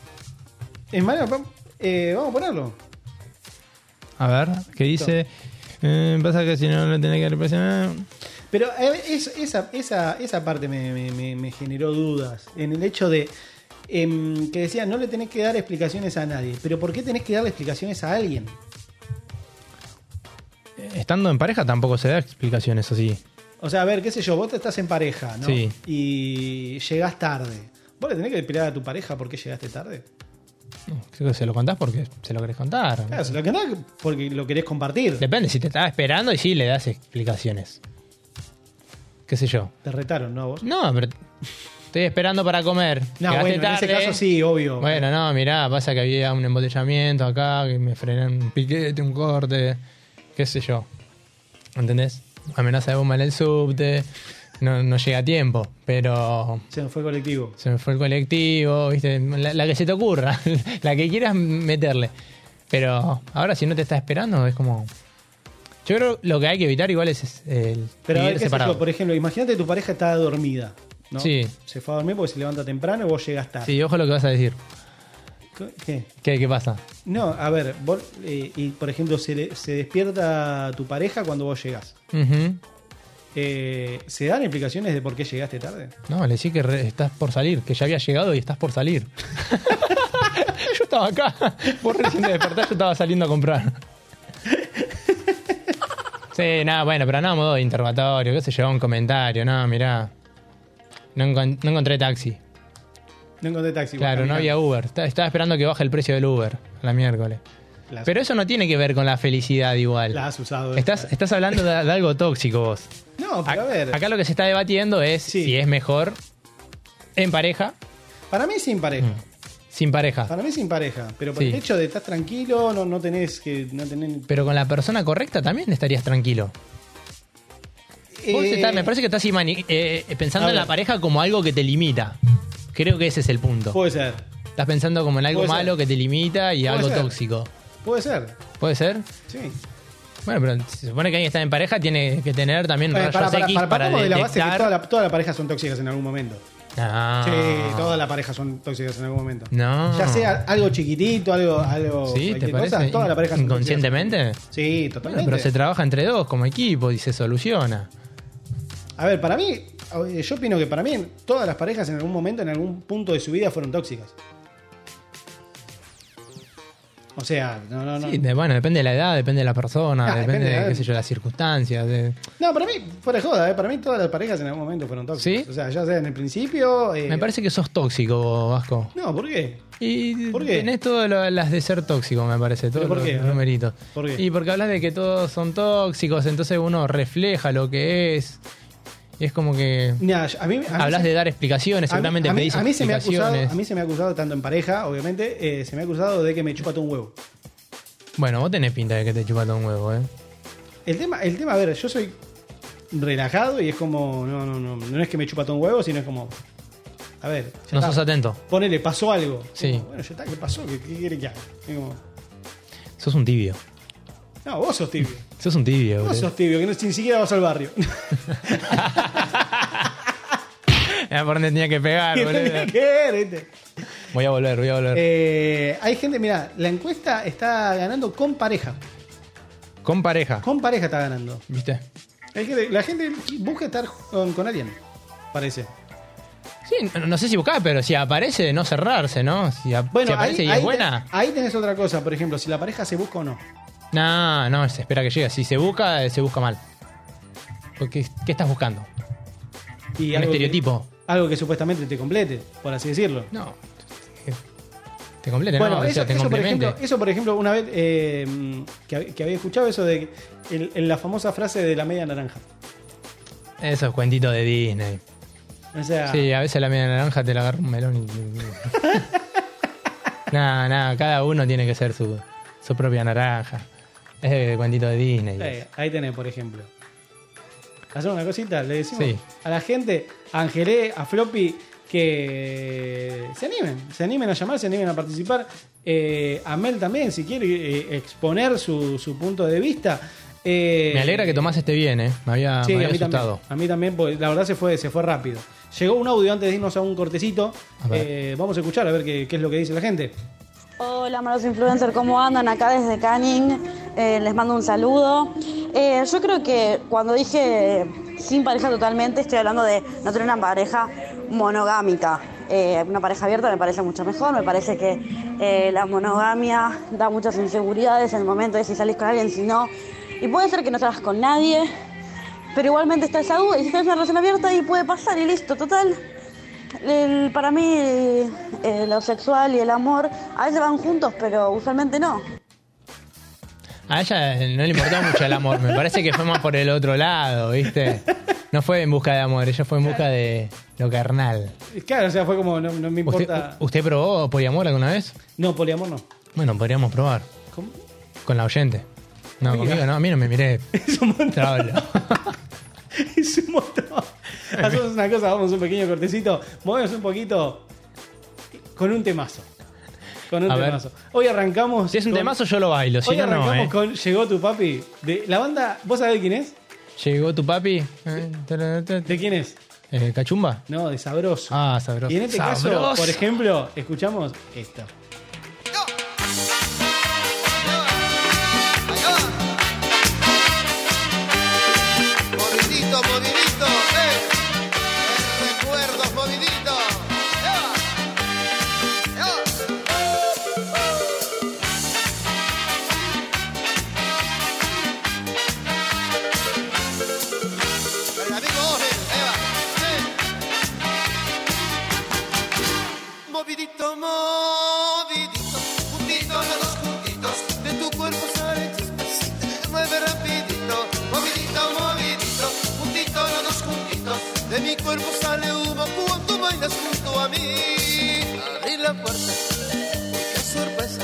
es malo, pa- eh, vamos a ponerlo. A ver, ¿qué dice? Eh, pasa que si no lo tenés que representar. Pero eh, es- esa, esa, esa parte me, me- me- me generó dudas. En el hecho de em, que decía, no le tenés que dar explicaciones a nadie. Pero ¿por qué tenés que darle explicaciones a alguien? eh, Estando en pareja tampoco se da explicaciones así. O sea, a ver, qué sé yo, vos te estás en pareja, ¿no? Sí. Y llegás tarde. ¿Vos le tenés que explicar a tu pareja por qué llegaste tarde? Creo que se lo contás porque se lo querés contar. Claro, se lo que no, porque lo querés compartir. Depende, si te estaba esperando y sí le das explicaciones. ¿Qué sé yo? Te retaron, ¿no? Vos. No, pero estoy esperando para comer. No, Llegaste bueno, en ese tarde. caso sí, obvio. Bueno, no, mirá, pasa que había un embotellamiento acá, que me frené un piquete, un corte, qué sé yo. ¿Entendés? Amenaza de bomba en el subte, no, no llega a tiempo, pero Se me fue el colectivo. se me fue el colectivo, ¿viste? La, la que se te ocurra, la que quieras meterle. Pero ahora si no te está esperando es como... Yo creo que lo que hay que evitar igual es es el Pero a ver, vivir qué sé separado. yo, por ejemplo, imagínate que tu pareja está dormida. ¿no? Sí. Se fue a dormir porque se levanta temprano y vos llegas tarde. Sí, ojo lo que vas a decir. ¿Qué? ¿Qué, qué pasa? No, a ver, vos, eh, y por ejemplo, se, le- se despierta tu pareja cuando vos llegás. Ujú. Eh, ¿Se dan explicaciones de por qué llegaste tarde? No, le decís que re- estás por salir, que ya había llegado y estás por salir. yo estaba acá. Vos recién te despertás, yo estaba saliendo a comprar. sí, nada, bueno, pero nada, modo de interrogatorio, qué se llevó un comentario, no, mirá. No, encon- no encontré taxi. No encontré taxi. claro, vos no había Uber. Está- Estaba esperando que baje el precio del Uber a la miércoles. caminás. La has- Pero eso no tiene que ver con la felicidad igual. la has usado. Estás, estás hablando de, de algo tóxico vos. No, pero a ver. Ac- Acá lo que se está debatiendo es Sí. si es mejor en pareja, Para mí sin pareja. sin pareja, Para mí sin pareja. Pero por Mm. Sí. el hecho de estás tranquilo, no, no tenés que. No tenés, pero con la persona correcta también estarías tranquilo. Vos Eh, estás- me parece que estás imani- eh, eh, pensando a en ver. la pareja como algo que te limita. Creo que ese es el punto. Puede ser. Estás pensando como en algo puede ser. malo que te limita y Puede algo ser. tóxico. Puede ser. ¿Puede ser? Sí. Mm, Bueno, pero se supone que alguien está en pareja tiene que tener también Eh, rayos para, para, X para, para, partamos de la base que detectar- Ah. todas las toda la parejas son tóxicas en algún momento. No. Sí, todas las parejas son tóxicas en algún momento. No. Ya sea algo chiquitito, algo. algo ¿Sí? ¿Te cualquier parece? cosa, todas las parejas son ¿Inconscientemente? tóxicas. Sí, Bueno, totalmente. pero se trabaja entre dos como equipo y se soluciona. A ver, para mí, eh, yo opino que para mí todas las parejas en algún momento, en algún punto de su vida fueron tóxicas. O sea, no, no, no. Sí, de- bueno, depende de la edad, depende de la persona, Ah, depende, depende de de, la- qué sé yo, las circunstancias. de- No, para mí, fuera de joda, eh, para mí todas las parejas en algún momento fueron tóxicas. ¿Sí? O sea, ya sea en el principio. eh, Me parece que sos tóxico, Vasco. No, ¿por qué? Y ¿Por qué? tenés todas lo- las de ser tóxico, me parece, todos por los qué? numeritos. ¿Por qué? Y porque hablas de que todos son tóxicos, entonces uno refleja lo que es. Y es como que Nah, yo- a mí, a mí hablas se- de dar explicaciones, a mí- seguramente a mí- pedís a mí se me ha acusado, explicaciones. A mí se me ha acusado, tanto en pareja, obviamente, eh, se me ha acusado de que me chupa todo un huevo. Bueno, vos tenés pinta de que te chupa todo un huevo, ¿eh? El tema, el tema, a ver, yo soy relajado y es como, no, no, no, no es que me chupa todo un huevo, sino es como, a ver, ya No está. sos atento. ponele, pasó algo. Sí. Como, bueno, ya está, ¿qué pasó? ¿Qué, qué quiere que haga? Es como, Sos un tibio. no, vos sos tibio. Sos un tibio, Vos boludo. sos tibio, que no, ni siquiera vas al barrio. Era por donde tenía que pegar, Que boludo. tenés que ver, ¿viste? Voy a volver, voy a volver. Eh, hay gente, mira, la encuesta está ganando con pareja. Con pareja. Con pareja está ganando. ¿Viste? Hay gente- la gente busca estar con, con alguien, parece. Sí, no, no sé si buscás, pero si aparece, no cerrarse, ¿no? Si, a- Bueno, si ahí, aparece y ahí es ten- buena. ahí tenés otra cosa, por ejemplo, si la pareja se busca o no. No, no, se espera que llegue. Si se busca, eh, se busca mal. Porque, ¿Qué estás buscando? Y Un algo que- estereotipo. algo que supuestamente te complete, por así decirlo. No. Te complete, bueno, ¿no? O eso, sea, te eso, por complemente. ejemplo, eso por ejemplo, una vez eh, que, hab- que había escuchado eso de que- el- en la famosa frase de la media naranja. Esos cuentitos de Disney. O sea, Sí, a veces la media naranja te la agarra un melón y. Nada, nada, cada uno tiene que ser su, su propia naranja. Es el cuentito de Disney. eh, ahí tenés, por ejemplo. Hacer una cosita, le decimos Sí. a la gente, a Angelé, a Floppy, que se animen, se animen a llamar, se animen a participar. Eh, a Mel también, si quiere eh, exponer su, su punto de vista. Eh, Me alegra que Tomás esté bien, ¿eh? Me había, Sí, me a había mí, también, asustado. a mí también, porque la verdad se fue, se fue rápido. Llegó un audio antes de irnos a un cortecito. A ver. Eh, vamos a escuchar a ver qué, qué es lo que dice la gente. Hola, malos influencers, ¿cómo andan? Acá desde Canning eh, les mando un saludo. Eh, yo creo que cuando dije sin pareja totalmente, estoy hablando de no tener una pareja monogámica. Eh, una pareja abierta me parece mucho mejor, me parece que eh, la monogamia da muchas inseguridades en el momento de si salís con alguien, si no. Y puede ser que no salgas con nadie, pero igualmente está esa duda y si tenés una relación abierta y puede pasar y listo, total. El- para mí eh, lo sexual y el amor a veces van juntos, pero usualmente no. A ella no le importaba mucho el amor. Me parece que fue más por el otro lado, ¿viste? No fue en busca de amor, ella fue en busca de lo carnal. Claro, o sea, fue como, no, no me ¿Usted, importa. u- ¿Usted probó poliamor alguna vez? No, poliamor no. Bueno, podríamos probar. ¿Cómo? Con la oyente. No, conmigo no, a mí no me miré. Es un montón. Trablo. Es un montón. Hacemos una cosa, vamos un pequeño cortecito. Movemos un poquito con un temazo. Con un A ver. temazo. Hoy arrancamos. Si es un con- temazo, yo lo bailo. Si Hoy no, no, arrancamos ¿eh? con Llegó tu papi. De, la banda, ¿vos sabés quién es? Llegó tu papi. ¿De quién es? Eh, ¿Cachumba? No, de sabroso. Ah, sabroso. Y en este caso, Sabroso. por ejemplo, escuchamos esto. Movidito, movidito, eh. Qué Recuerdos, movidito. Eh. Eh. El amigo Oren, ahí va. Eh. Movidito, movidito, juntitos los dos juntitos, de tu cuerpo sale chispacita, mueve rapidito, movidito, movidito, juntitos los dos juntitos, de mi cuerpo sale humo cuando bailas junto a mí. Abrí la puerta, qué sorpresa,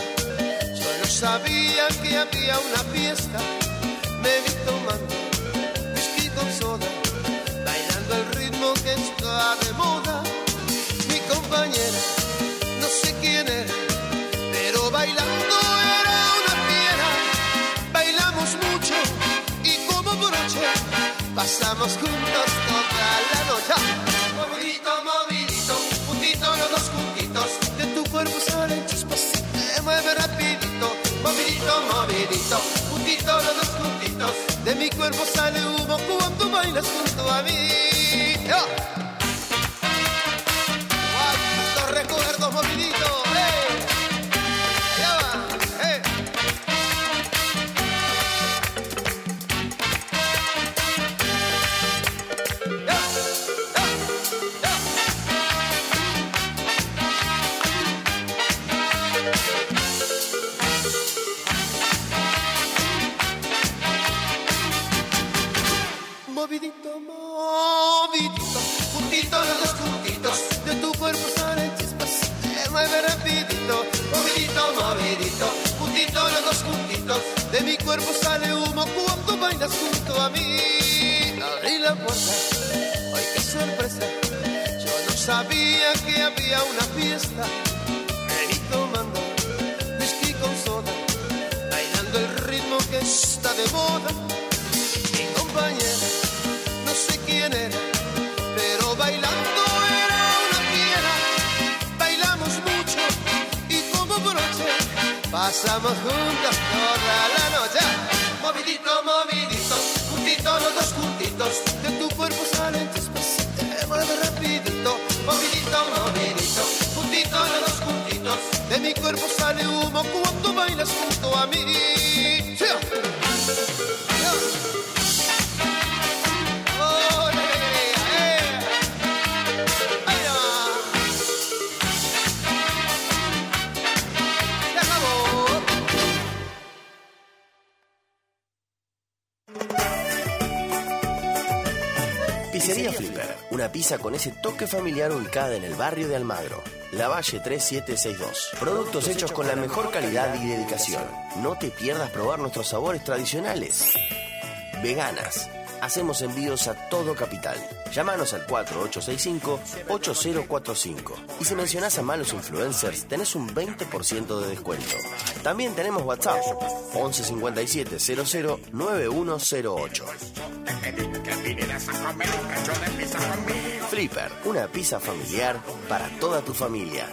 yo no sabía que había una fiesta, me vi tomando whisky con soda, bailando el ritmo que está de moda, mi compañera, no sé quién era pero bailando era una fiera. Bailamos mucho y como noche pasamos juntos toda la noche. Movidito, movidito, juntito los dos juntitos, de tu cuerpo salen chispas y te mueve rapidito. Movidito, movidito, juntito los dos juntitos, de mi cuerpo sale humo cuando bailas junto a mí. ¡Ah! ¡Cuántos recuerdos, movidito! ¡Eh! Allá va, eh. Ya, ya, ya. Movidito, movidito, juntito los dos juntitos, de tu cuerpo salen chispas, te mueve rapidito. Movidito, movidito, juntito los dos juntitos, de mi cuerpo sale humo cuando bailas junto a mí. Abrí la puerta, ay qué sorpresa, yo no sabía que había una fiesta. Me vi tomando whisky con soda, bailando el ritmo que está de moda. Mi compañera, no sé quién era, pero bailando era una fiera. Bailamos mucho y como broche, pasamos juntas toda la noche. Movidito, movidito, juntitos los dos juntitos, de tu cuerpo salen chispas y te mueve rapidito. Movidito, movidito, juntitos los dos juntitos, de mi cuerpo sale humo cuando bailas junto a mí. Sí. Sí. ¡Ole! ¡Eh! ¡Ahí va! ¡Se acabó! Pizzería Flipper, una pizza con ese toque familiar ubicada en el barrio de Almagro, La Valle 3762. Productos hechos con la mejor calidad y dedicación. No te pierdas probar nuestros sabores tradicionales. Veganas. Hacemos envíos a todo capital. Llámanos al 4865-8045. Y si mencionás a malos influencers, tenés un 20% de descuento. También tenemos WhatsApp 1157 00 9108. Flipper, una pizza familiar para toda tu familia.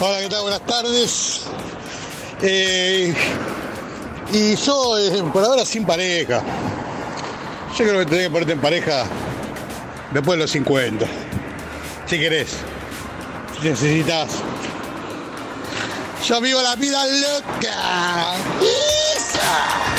Hola, ¿qué tal? Buenas tardes. Eh, y yo, eh, por ahora, sin pareja. Yo creo que tenés que ponerte en pareja después de los 50. Si querés. Si necesitas. Yo vivo la vida loca. ¡Isa!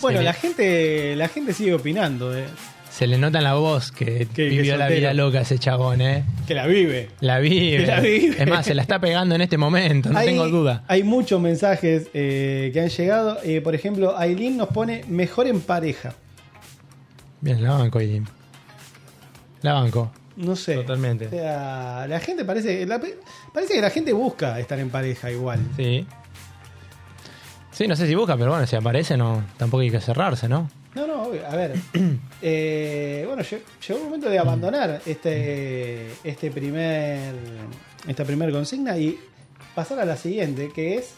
Bueno, Sí. la gente, la gente sigue opinando. eh. Se le nota en la voz que que vivió la soltero. vida loca ese chabón, ¿eh? Que la vive. La vive. Que la vive. Es más, se la está pegando en este momento, no hay, tengo duda. Hay muchos mensajes eh, que han llegado. Eh, por ejemplo, Aileen nos pone mejor en pareja. Bien, la banco, Jim. La banco. No sé. Totalmente. O sea, la gente parece. la pe- parece que la gente busca estar en pareja igual. Sí. Sí, no sé si busca, pero bueno, si aparece, no, tampoco hay que cerrarse, ¿no? No, no, obvio. a ver. Eh, bueno, lle- llegó el momento de abandonar este, este primer, esta primera consigna y pasar a la siguiente, que es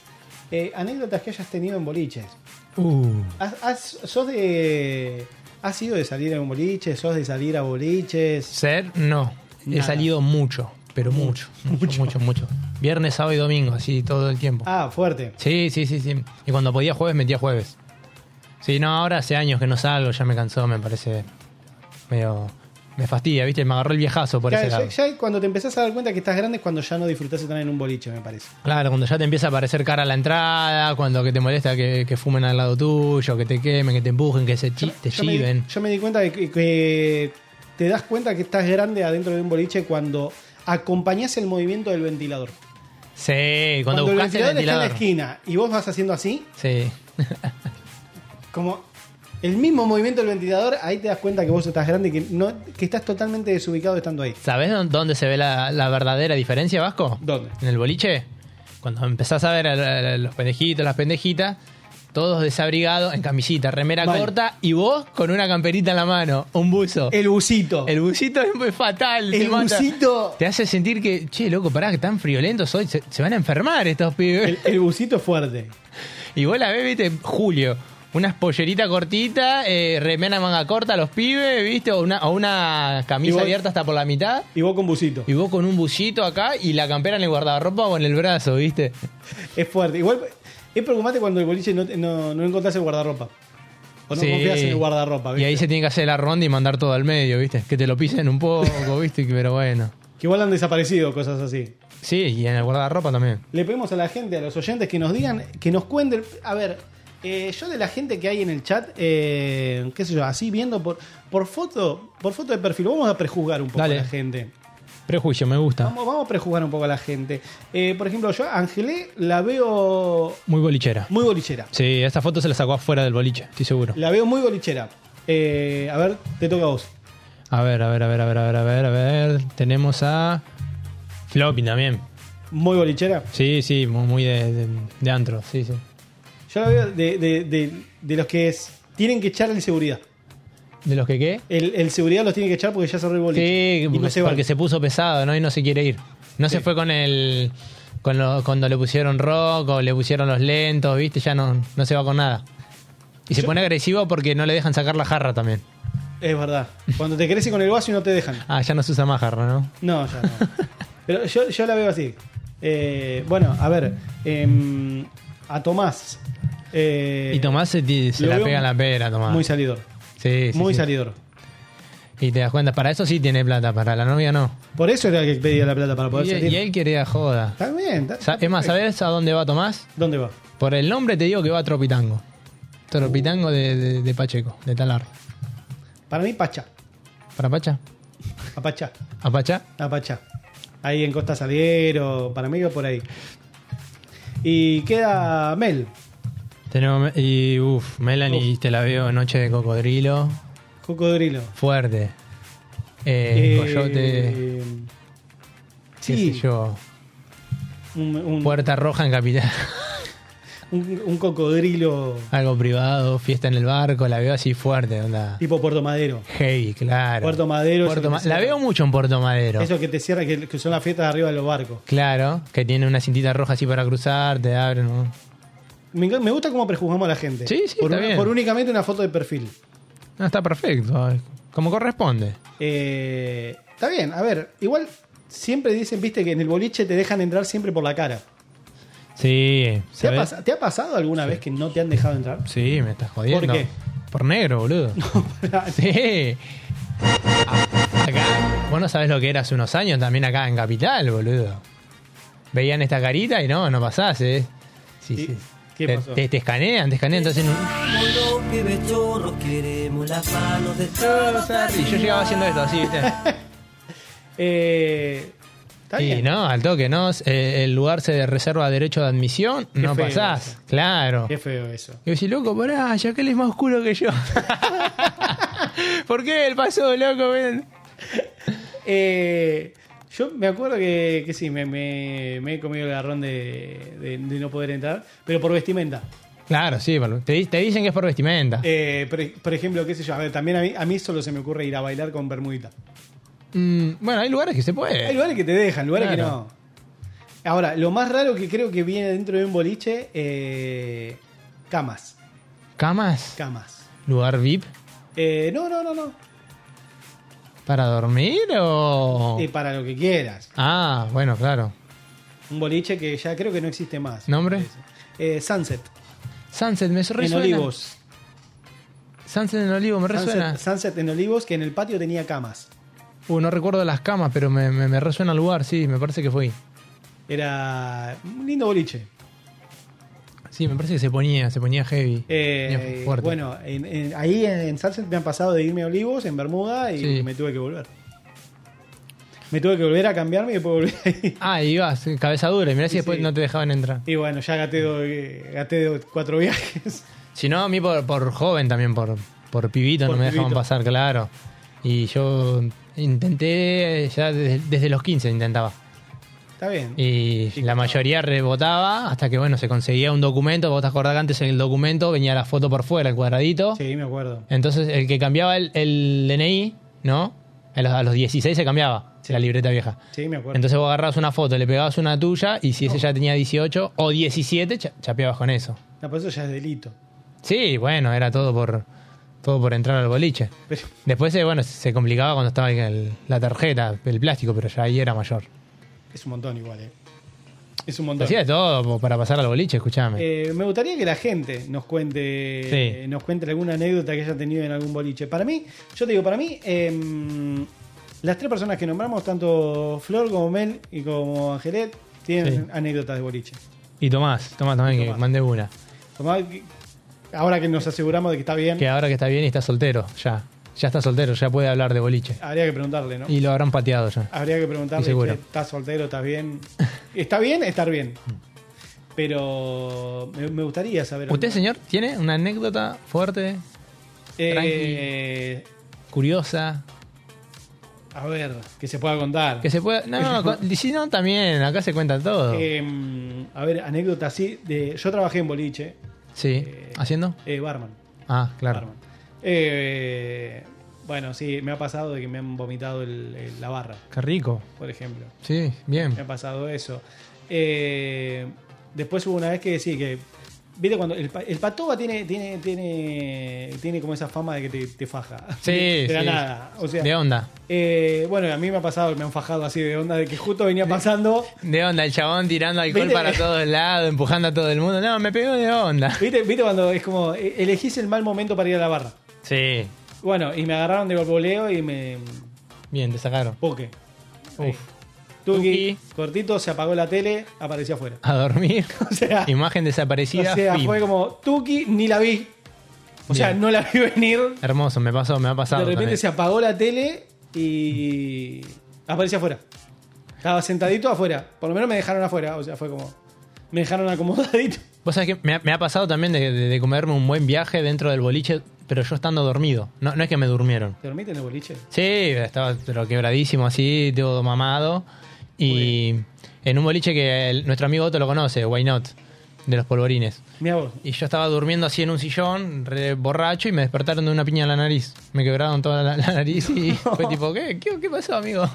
eh, anécdotas que hayas tenido en boliches. Uh. ¿Has, has- sos de, ¿Has ido de salir en boliches? ¿Sos de salir a boliches? Ser, no. He Nada. salido mucho, pero mucho. Mucho, mucho, mucho. Viernes, sábado y domingo, así todo el tiempo. Ah, fuerte. Sí, sí, sí, sí. Y cuando podía jueves, metía jueves. Sí, no, ahora hace años que no salgo, ya me cansó, me parece medio... Me fastidia, ¿viste? Me agarró el viejazo por Ya- ese ya, lado. ya cuando te empezás a dar cuenta que estás grande es cuando ya no disfrutás de estar en un boliche, me parece. Claro, cuando ya te empieza a aparecer cara a la entrada, cuando que te molesta que, que fumen al lado tuyo, que te quemen, que te empujen, que se chi- te Yo me di- chiven. yo me di cuenta de que, que te das cuenta que estás grande adentro de un boliche cuando acompañás el movimiento del ventilador. Sí, cuando, el ventilador, buscas el está en la ventilador. esquina y vos vas haciendo así, Sí, como el mismo movimiento del ventilador, ahí te das cuenta que vos estás grande y que, no, que estás totalmente desubicado estando ahí. ¿Sabés dó- dónde se ve la, la verdadera diferencia, Vasco? ¿Dónde? En el boliche. Cuando empezás a ver a, la- a los pendejitos, las pendejitas, todos desabrigados, en camisita, remera Mal. corta, y vos con una camperita en la mano, un buzo. El, El busito. El, bucito es es fatal. te mata. busito. Te hace sentir que, che, loco, pará, que tan friolentos hoy, se, se van a enfermar estos pibes. El, el busito es fuerte. Y vos la ves, viste, Julio. Unas polleritas cortitas, eh, remera manga corta a los pibes, viste, o una, o una Y camisa vos- abierta hasta por la mitad. Y vos con busito. Y vos con un bucito acá y la campera en el guardarropa o en el brazo, ¿viste? Es fuerte. Igual es preocupante cuando el boliche no, te- no, no encontrás el guardarropa. O no Sí. confías en el guardarropa. Y ¿viste? ahí se tiene que hacer la ronda y mandar todo al medio, ¿viste? Que te lo pisen un poco, ¿viste? Pero bueno. Que igual han desaparecido cosas así. Sí, y en el guardarropa también. Le pedimos a la gente, a los oyentes, que nos digan, que nos cuenten. A ver, eh, yo de la gente que hay en el chat, eh, qué sé yo, así viendo por, por foto, por foto de perfil, vamos a prejuzgar un poco Dale. a la gente. Prejuicio, me gusta. Vamos, vamos a prejuzgar un poco a la gente. Eh, por ejemplo, yo a Angelé la veo Muy bolichera. muy bolichera. Sí, esta foto se la sacó afuera del boliche, estoy seguro. La veo muy bolichera. Eh, a ver, te toca a vos. A ver, a ver, a ver, a ver, a ver, a ver, a ver. Tenemos a. Floppy también. Muy bolichera. Sí, sí, mu- muy de, de- de antro, sí, sí. Yo la veo de, de- de- de los que es- tienen que echar el seguridad. ¿De los que qué? El, el seguridad los tiene que echar porque ya cerró el boliche. Sí, Y no porque, se van. porque se puso pesado, ¿no? Y no se quiere ir. No se fue con el. Con lo- cuando le pusieron rock o le pusieron los lentos, ¿viste? Ya no, no se va con nada. Y se pone agresivo porque no le dejan sacar la jarra también. Es verdad. Cuando te crece con el vaso y no te dejan. Ah, ya no se usa más jarra, ¿no? No, ya no. Pero yo, yo la veo así. Eh, bueno, a ver. em, a Tomás. eh, y Tomás se, ti- se lo la veo pega en la pera, Tomás. Muy salidor. Sí, sí, muy sí. salidor. Y te das cuenta, para eso sí tiene plata, para la novia no. Por eso era el que pedía la plata para poder Y, salir. y él quería joda. Está bien. está- Sa- Es más, ¿sabes a dónde va Tomás? ¿Dónde va? Por el nombre te digo que va a Tropitango. Tropitango de, de- de Pacheco, de Talar. Para mí, Pacha. ¿Para Pacha? A Pacha. ¿A Pacha? A Pacha. Ahí en Costa Salguero. Para mí, va por ahí. Y queda Mel. Tenemos, y uff, Melanie, te la veo Noche de Cocodrilo. Cocodrilo. Fuerte. Eh, Eh, Coyote, Sí, qué sé yo. Un, un- Puerta Roja en Capital. un- un cocodrilo Algo privado, fiesta en el barco, la veo así fuerte, onda. tipo Puerto Madero. Heavy, claro. Puerto Madero, Puerto eso Ma- que se la llama. veo mucho en Puerto Madero. Eso que te cierra, que, que son las fiestas de arriba de los barcos. Claro, que tiene una cintita roja así para cruzar, te abren. ¿no? Me, enc- me gusta cómo prejuzgamos a la gente. Sí, sí, por, está una- bien. por únicamente una foto de perfil. No, está perfecto, como corresponde. Eh, está bien, a ver, igual siempre dicen, viste, que en el boliche te dejan entrar siempre por la cara. Sí, ¿Te, ha, ¿sabes? pas- te ha pasado alguna vez que no te han dejado entrar? Sí, me estás jodiendo. ¿Por qué? Por negro, boludo. sí. Ah, Acá, vos no sabés lo que era hace unos años también acá en Capital, boludo. Veían esta carita y no, no pasás, ¿eh? Sí, ¿Y sí. qué te, pasó? te- te escanean, te escanean, entonces... no- Somos los pibes chorros, queremos las manos de todos Y yo llegaba haciendo esto, así, ¿viste? eh, y no, al toque, ¿no? Eh, el lugar se reserva derecho de admisión, Qué no feo pasás. eso. Claro. Qué feo eso. Y yo decís, loco, pará, ya que él es más oscuro que yo. ¿Por qué él pasó, loco? Ven? Eh, yo me acuerdo que, que sí, me, me- me he comido el garrón de, de- de no poder entrar, pero por vestimenta. Claro, sí, Pablo. te, di- te dicen que es por vestimenta. Eh, por, por ejemplo, qué sé yo, a ver, también a mí, a mí solo se me ocurre ir a bailar con bermudita. Mm, bueno, hay lugares que se puede. Hay lugares que te dejan, lugares Claro. que no. Ahora, lo más raro que creo que viene dentro de un boliche, eh, camas. ¿Camas? Camas. ¿Lugar VIP? Eh, no, no, no, no. ¿Para dormir o...? Eh, para lo que quieras. Ah, bueno, claro. Un boliche que ya creo que no existe más. ¿Nombre? Eh, Sunset. Sunset, me resuena. En Olivos. Sunset en Olivos, me resuena. Sunset, Sunset en Olivos, que en el patio tenía camas. Uh, no recuerdo las camas, pero me, me, me resuena el lugar, sí, me parece que fue ahí. Era un lindo boliche. Sí, me parece que se ponía, se ponía heavy. Eh, Bien, fuerte. bueno, en- en- ahí en, en Sunset me han pasado de irme a Olivos, en Bermuda, y Sí. me tuve que volver. Me tuve que volver a cambiarme y después volver ahí. Ah, y ibas, eh, cabeza dura, y mirá si después sí. no te dejaban entrar. Y bueno, ya gaté, do- eh, gaté do- cuatro viajes. Si no, a mí por, por joven también, por, por pibito, Por no me dejaban pibito. pasar, claro. Y yo intenté, eh, ya desde, desde los 15 intentaba. Está bien. Y la mayoría rebotaba hasta que, bueno, se conseguía un documento. Vos te acordás que antes en el documento venía la foto por fuera, el cuadradito. Sí, me acuerdo. Entonces, el que cambiaba el, el DNI, ¿no? A los, a los 16 se cambiaba la libreta vieja. Sí, me acuerdo. Entonces vos agarrabas una foto, le pegabas una tuya y si ese ya tenía 18 o 17, cha- chapeabas con eso. No, pero eso ya es delito. Sí, bueno, era todo por todo por entrar al boliche. Pero- Después, eh, bueno, se complicaba cuando estaba el- la tarjeta, el plástico, pero ya ahí era mayor. Es un montón igual, eh. Es un montón. Hacía de todo po- para pasar al boliche, escuchame. Eh, me gustaría que la gente nos cuente Sí. eh, nos cuente alguna anécdota que haya tenido en algún boliche. Para mí, yo te digo, para mí, em, las tres personas que nombramos, tanto Flor como Mel y como Angelet, tienen Sí. anécdotas de boliche. Y Tomás, Tomás también, que mandé una. Tomás, que- ahora que nos aseguramos de que está bien, Que ahora que está bien y está soltero, ya. Ya está soltero, ya puede hablar de boliche. habría que preguntarle, ¿no? Y lo habrán pateado ya. Habría que preguntarle, Y seguro. che, ¿estás soltero? ¿Estás bien? ¿Está bien? Estar bien. Pero me, me gustaría saber. ¿Usted, señor, tiene una anécdota fuerte, Eh, curiosa, a ver, que se pueda contar. que se pueda...? No, no, con- si no, también, acá se cuenta todo. Em, a ver, anécdota así. De, yo trabajé en boliche, sí, ¿haciendo? eh, barman. Ah, claro. barman. Eh, bueno, sí, me ha pasado de que me han vomitado el- el- la barra, Qué rico. por ejemplo. Sí, Me ha bien. pasado eso. Eh, después hubo una vez que sí, que. ¿Viste cuando el, pa- el patoba tiene, tiene, tiene, tiene como esa fama de que te, te faja? Sí, de la sí. nada. O sea, De onda. eh, bueno, a mí me ha pasado, me han fajado así de onda de que justo venía pasando. De onda, el chabón tirando alcohol ¿Viste? para todos lados, empujando a todo el mundo. No, me pegó de onda. ¿Viste, ¿Viste cuando es como eh, elegís el mal momento para ir a la barra? Sí, Bueno, y me agarraron de golboleo y me. bien, te sacaron. Poke. Uf. Tuki, cortito, se apagó la tele, apareció afuera. A dormir. O sea, Imagen o desaparecida. sea fin. fue como Tuki, ni la vi. O sea, Bien. no la vi venir. Hermoso, me pasó, me ha De pasado. repente también. se apagó la tele y. apareció afuera. Estaba sentadito afuera. Por lo menos me dejaron afuera. O sea, fue como. Me dejaron acomodadito. Vos sabés que me ha, me ha pasado también de, de- de comerme un buen viaje dentro del boliche, pero yo estando dormido. No, no es que me durmieron. ¿Te dormiste en el boliche? Sí, estaba pero quebradísimo así, todo mamado. Y en un boliche que el- nuestro amigo Otto lo conoce, Why Not, de los polvorines. Mira vos. Y yo estaba durmiendo así en un sillón, re borracho, y me despertaron de una piña en la nariz. Me quebraron toda la, la nariz y fue tipo, ¿qué? ¿Qué, qué pasó, amigo?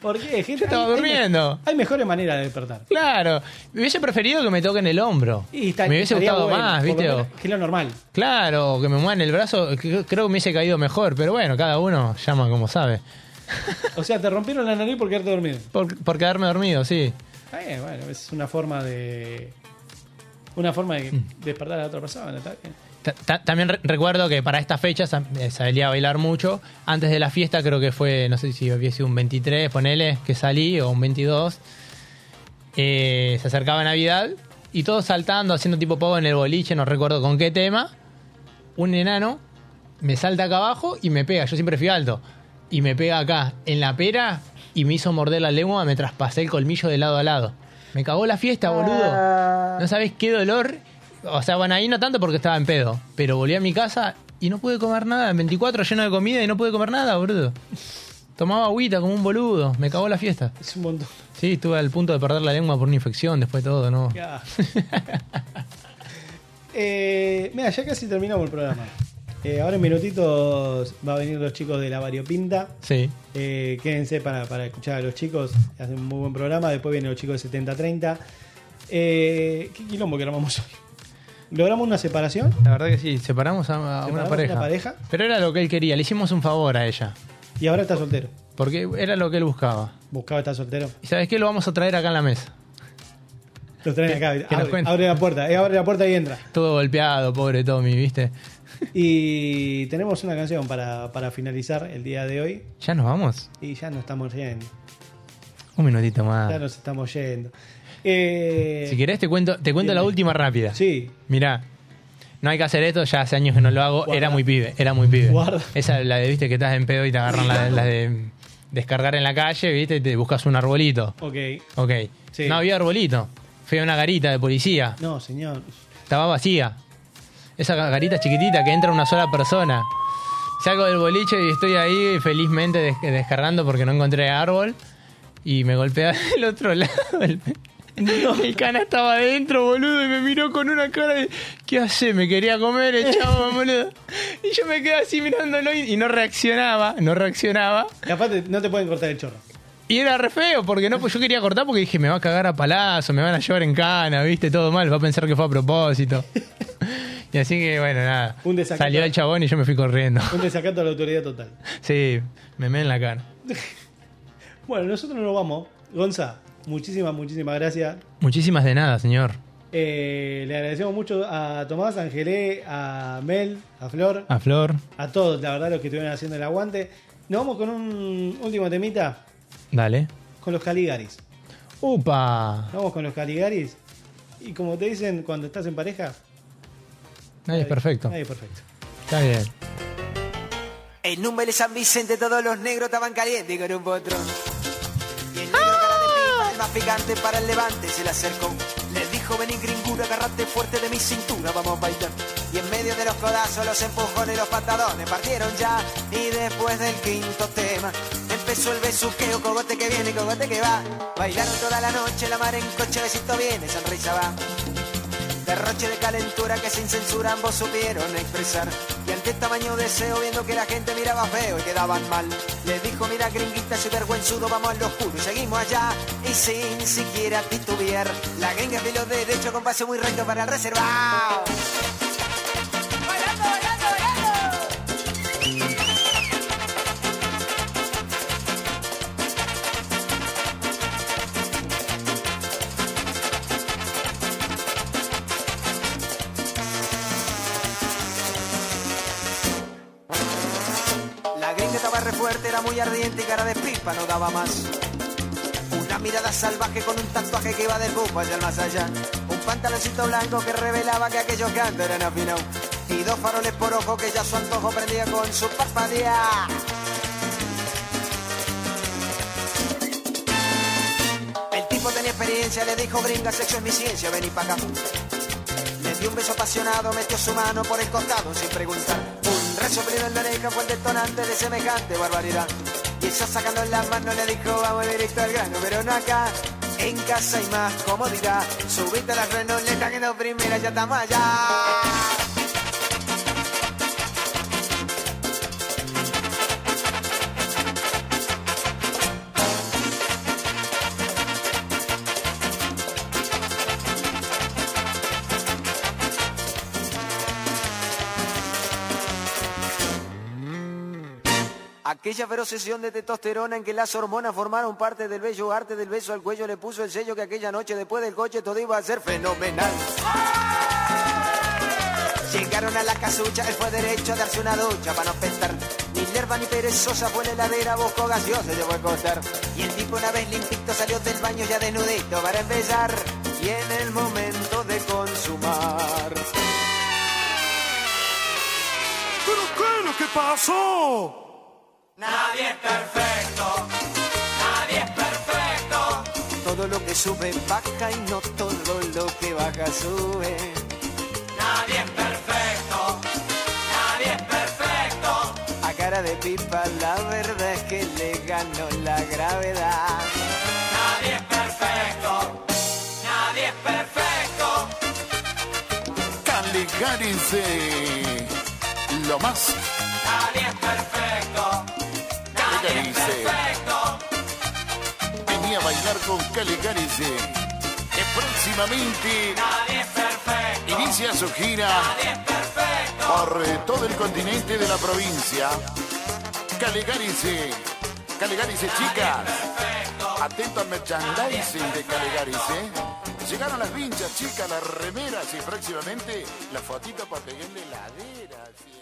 ¿Por qué? Gente, Yo estaba Hay- hay me- durmiendo. Hay mejores maneras de despertar. Claro, me hubiese preferido que me toquen el hombro. Y está- me hubiese estaría gustado bueno, más, por lo ¿viste? menos, que es lo normal. Claro, que me muevan el brazo, que- creo que me hubiese caído mejor, pero bueno, cada uno llama como sabe. O sea, te rompieron la nariz por quedarte dormido. Por, por quedarme dormido, sí. Está bien, bueno, es una forma de. Una forma de despertar a la otra persona, está bien. Ta- ta- también re- recuerdo que para estas fechas sa- eh, salía a bailar mucho. Antes de la fiesta creo que fue, no sé si había sido un 23, ponele, que salí, o un 22. Eh, se acercaba Navidad y todos saltando, haciendo tipo pogo en el boliche, no recuerdo con qué tema. un enano me salta acá abajo y me pega. Yo siempre fui alto. Y me pega acá, en la pera, y me hizo morder la lengua, me traspasé el colmillo de lado a lado. Me cagó la fiesta, boludo. No sabes qué dolor. O sea, bueno, ahí no tanto porque estaba en pedo. Pero volví a mi casa y no pude comer nada. En 24 lleno de comida y no pude comer nada, boludo. Tomaba agüita como un boludo. Me cagó la fiesta. Es un montón. Sí, estuve al punto de perder la lengua por una infección después de todo, ¿no? Eh, mira, ya casi terminamos el programa. Eh, ahora en minutitos va a venir los chicos de la Variopinta. Sí. Eh, quédense para, para escuchar a los chicos. Hacen un muy buen programa. Después vienen los chicos de 7030. Eh, ¿Qué quilombo que armamos hoy? ¿Logramos una separación? La verdad que sí, separamos a, a ¿Separamos una una pareja. pareja? Pero era lo que él quería, le hicimos un favor a ella. Y ahora está soltero. Porque era lo que él buscaba. Buscaba estar soltero. ¿Y sabes qué? Lo vamos a traer acá en la mesa. Los traen acá. que nos Abre, cuente. abre la puerta. eh, abre la puerta y entra. Todo golpeado, pobre Tommy, ¿viste? Y tenemos una canción para, para finalizar el día de hoy. Ya nos vamos. Y ya nos estamos yendo. Un minutito Ya más. nos estamos yendo. Eh, Ah. Si querés te cuento, te cuento dime. la última rápida. Sí. Mirá, no hay que hacer esto, ya hace años que no lo hago. Era muy pibe, era muy pibe. Guarda. Esa es la de, viste, que estás en pedo y te agarran la, la de descargar en la calle, viste, y te buscas un arbolito. Ok. Ok. Sí. No había arbolito. Fui a una garita de policía. No, señor. Estaba vacía. Esa garita chiquitita que entra una sola persona. Salgo del boliche y estoy ahí felizmente des- descargando porque no encontré árbol. Y me golpea del otro lado. El, el cana estaba adentro, boludo, y me miró con una cara de... ¿Qué hace? Me quería comer el chavo, boludo. Y yo me quedé así mirándolo y, y no reaccionaba, no reaccionaba. Y aparte, no te pueden cortar el chorro. Y era re feo, porque no, pues yo quería cortar porque dije, me va a cagar a palazo, me van a llevar en cana, viste, todo mal, va a pensar que fue a propósito. Y así que, bueno, nada. Un desacato. Salió el chabón y yo me fui corriendo. Un desacato a la autoridad total. Sí, me me en la cara. Bueno, nosotros nos vamos. Gonza, muchísimas, muchísimas gracias. Muchísimas de nada, señor. Eh, le agradecemos mucho a Tomás, a Angelé, a Mel, a Flor, A Flor, a todos, la verdad, los que estuvieron haciendo el aguante. Nos vamos con un último temita, dale. con los Caligaris. ¡Upa! Nos vamos con los Caligaris. Y como te dicen cuando estás en pareja, Nadie es perfecto. nadie es perfecto. Está bien. En un baile San Vicente todos los negros estaban calientes con un potrón. Y el negro cara de pipa, el más picante para el levante, se le acercó. Les dijo, vení gringura, agarrate fuerte de mi cintura, vamos a bailar. Y en medio de los codazos, los empujones y los patadones partieron ya. Y después del quinto tema, empezó el besuqueo, cogote que viene, cogote que va. Bailaron toda la noche, la mar en coche, besito viene, sonrisa va. Derroche de calentura que sin censura ambos supieron expresar. Y ante el tamaño deseo, viendo que la gente miraba feo y quedaban mal, le dijo, mira gringuita, soy vergüenzudo, vamos al oscuro y seguimos allá. Y sin siquiera titubear, la gringa filo derecho con paso muy recto para el reservado. Bailando, bailando, bailando. La gringa estaba re fuerte, era muy ardiente y cara de pipa no daba más. Una mirada salvaje con un tatuaje que iba de pupa hacia el más allá. Un pantaloncito blanco que revelaba que aquellos cantos eran afinados. Y dos faroles por ojo que ya su antojo prendía con su parpadear. El tipo tenía experiencia, le dijo gringa, sexo es mi ciencia, vení pa' acá. Le dio un beso apasionado, metió su mano por el costado sin preguntar. Un resoplido en la oreja fue el detonante de semejante barbaridad. Y ella sacando la mano le dijo, vamos directo al grano, pero no acá. En casa hay más comodidad. Subiste a la renoleta que no primera, ya estamos allá. Aquella feroz sesión de testosterona en que las hormonas formaron parte del bello arte del beso al cuello le puso el sello que aquella noche después del coche todo iba a ser fenomenal. Llegaron a la casucha, él fue derecho a darse una ducha para no pestar. Ni lerva ni perezosa fue la heladera, buscó gaseosa y llegó a acostar. Y el tipo una vez limpito salió del baño ya desnudito para empezar. Y en el momento de consumar. ¿Qué es lo que pasó? Nadie es perfecto, nadie es perfecto. Todo lo que sube baja y no todo lo que baja sube. Nadie es perfecto, nadie es perfecto. A cara de pipa la verdad es que le ganó la gravedad. Nadie es perfecto, nadie es perfecto. Caligárense. Lo más. Nadie es perfecto, nadie es perfecto. Venía a bailar con Caligárense. Que próximamente. Inicia su gira. Por eh, todo el continente de la provincia. Caligárense. Caligárense, chicas. Atento al merchandising de Caligárense. Llegaron las vinchas, chicas, las remeras y próximamente la fotito para pegarle la adera. sí.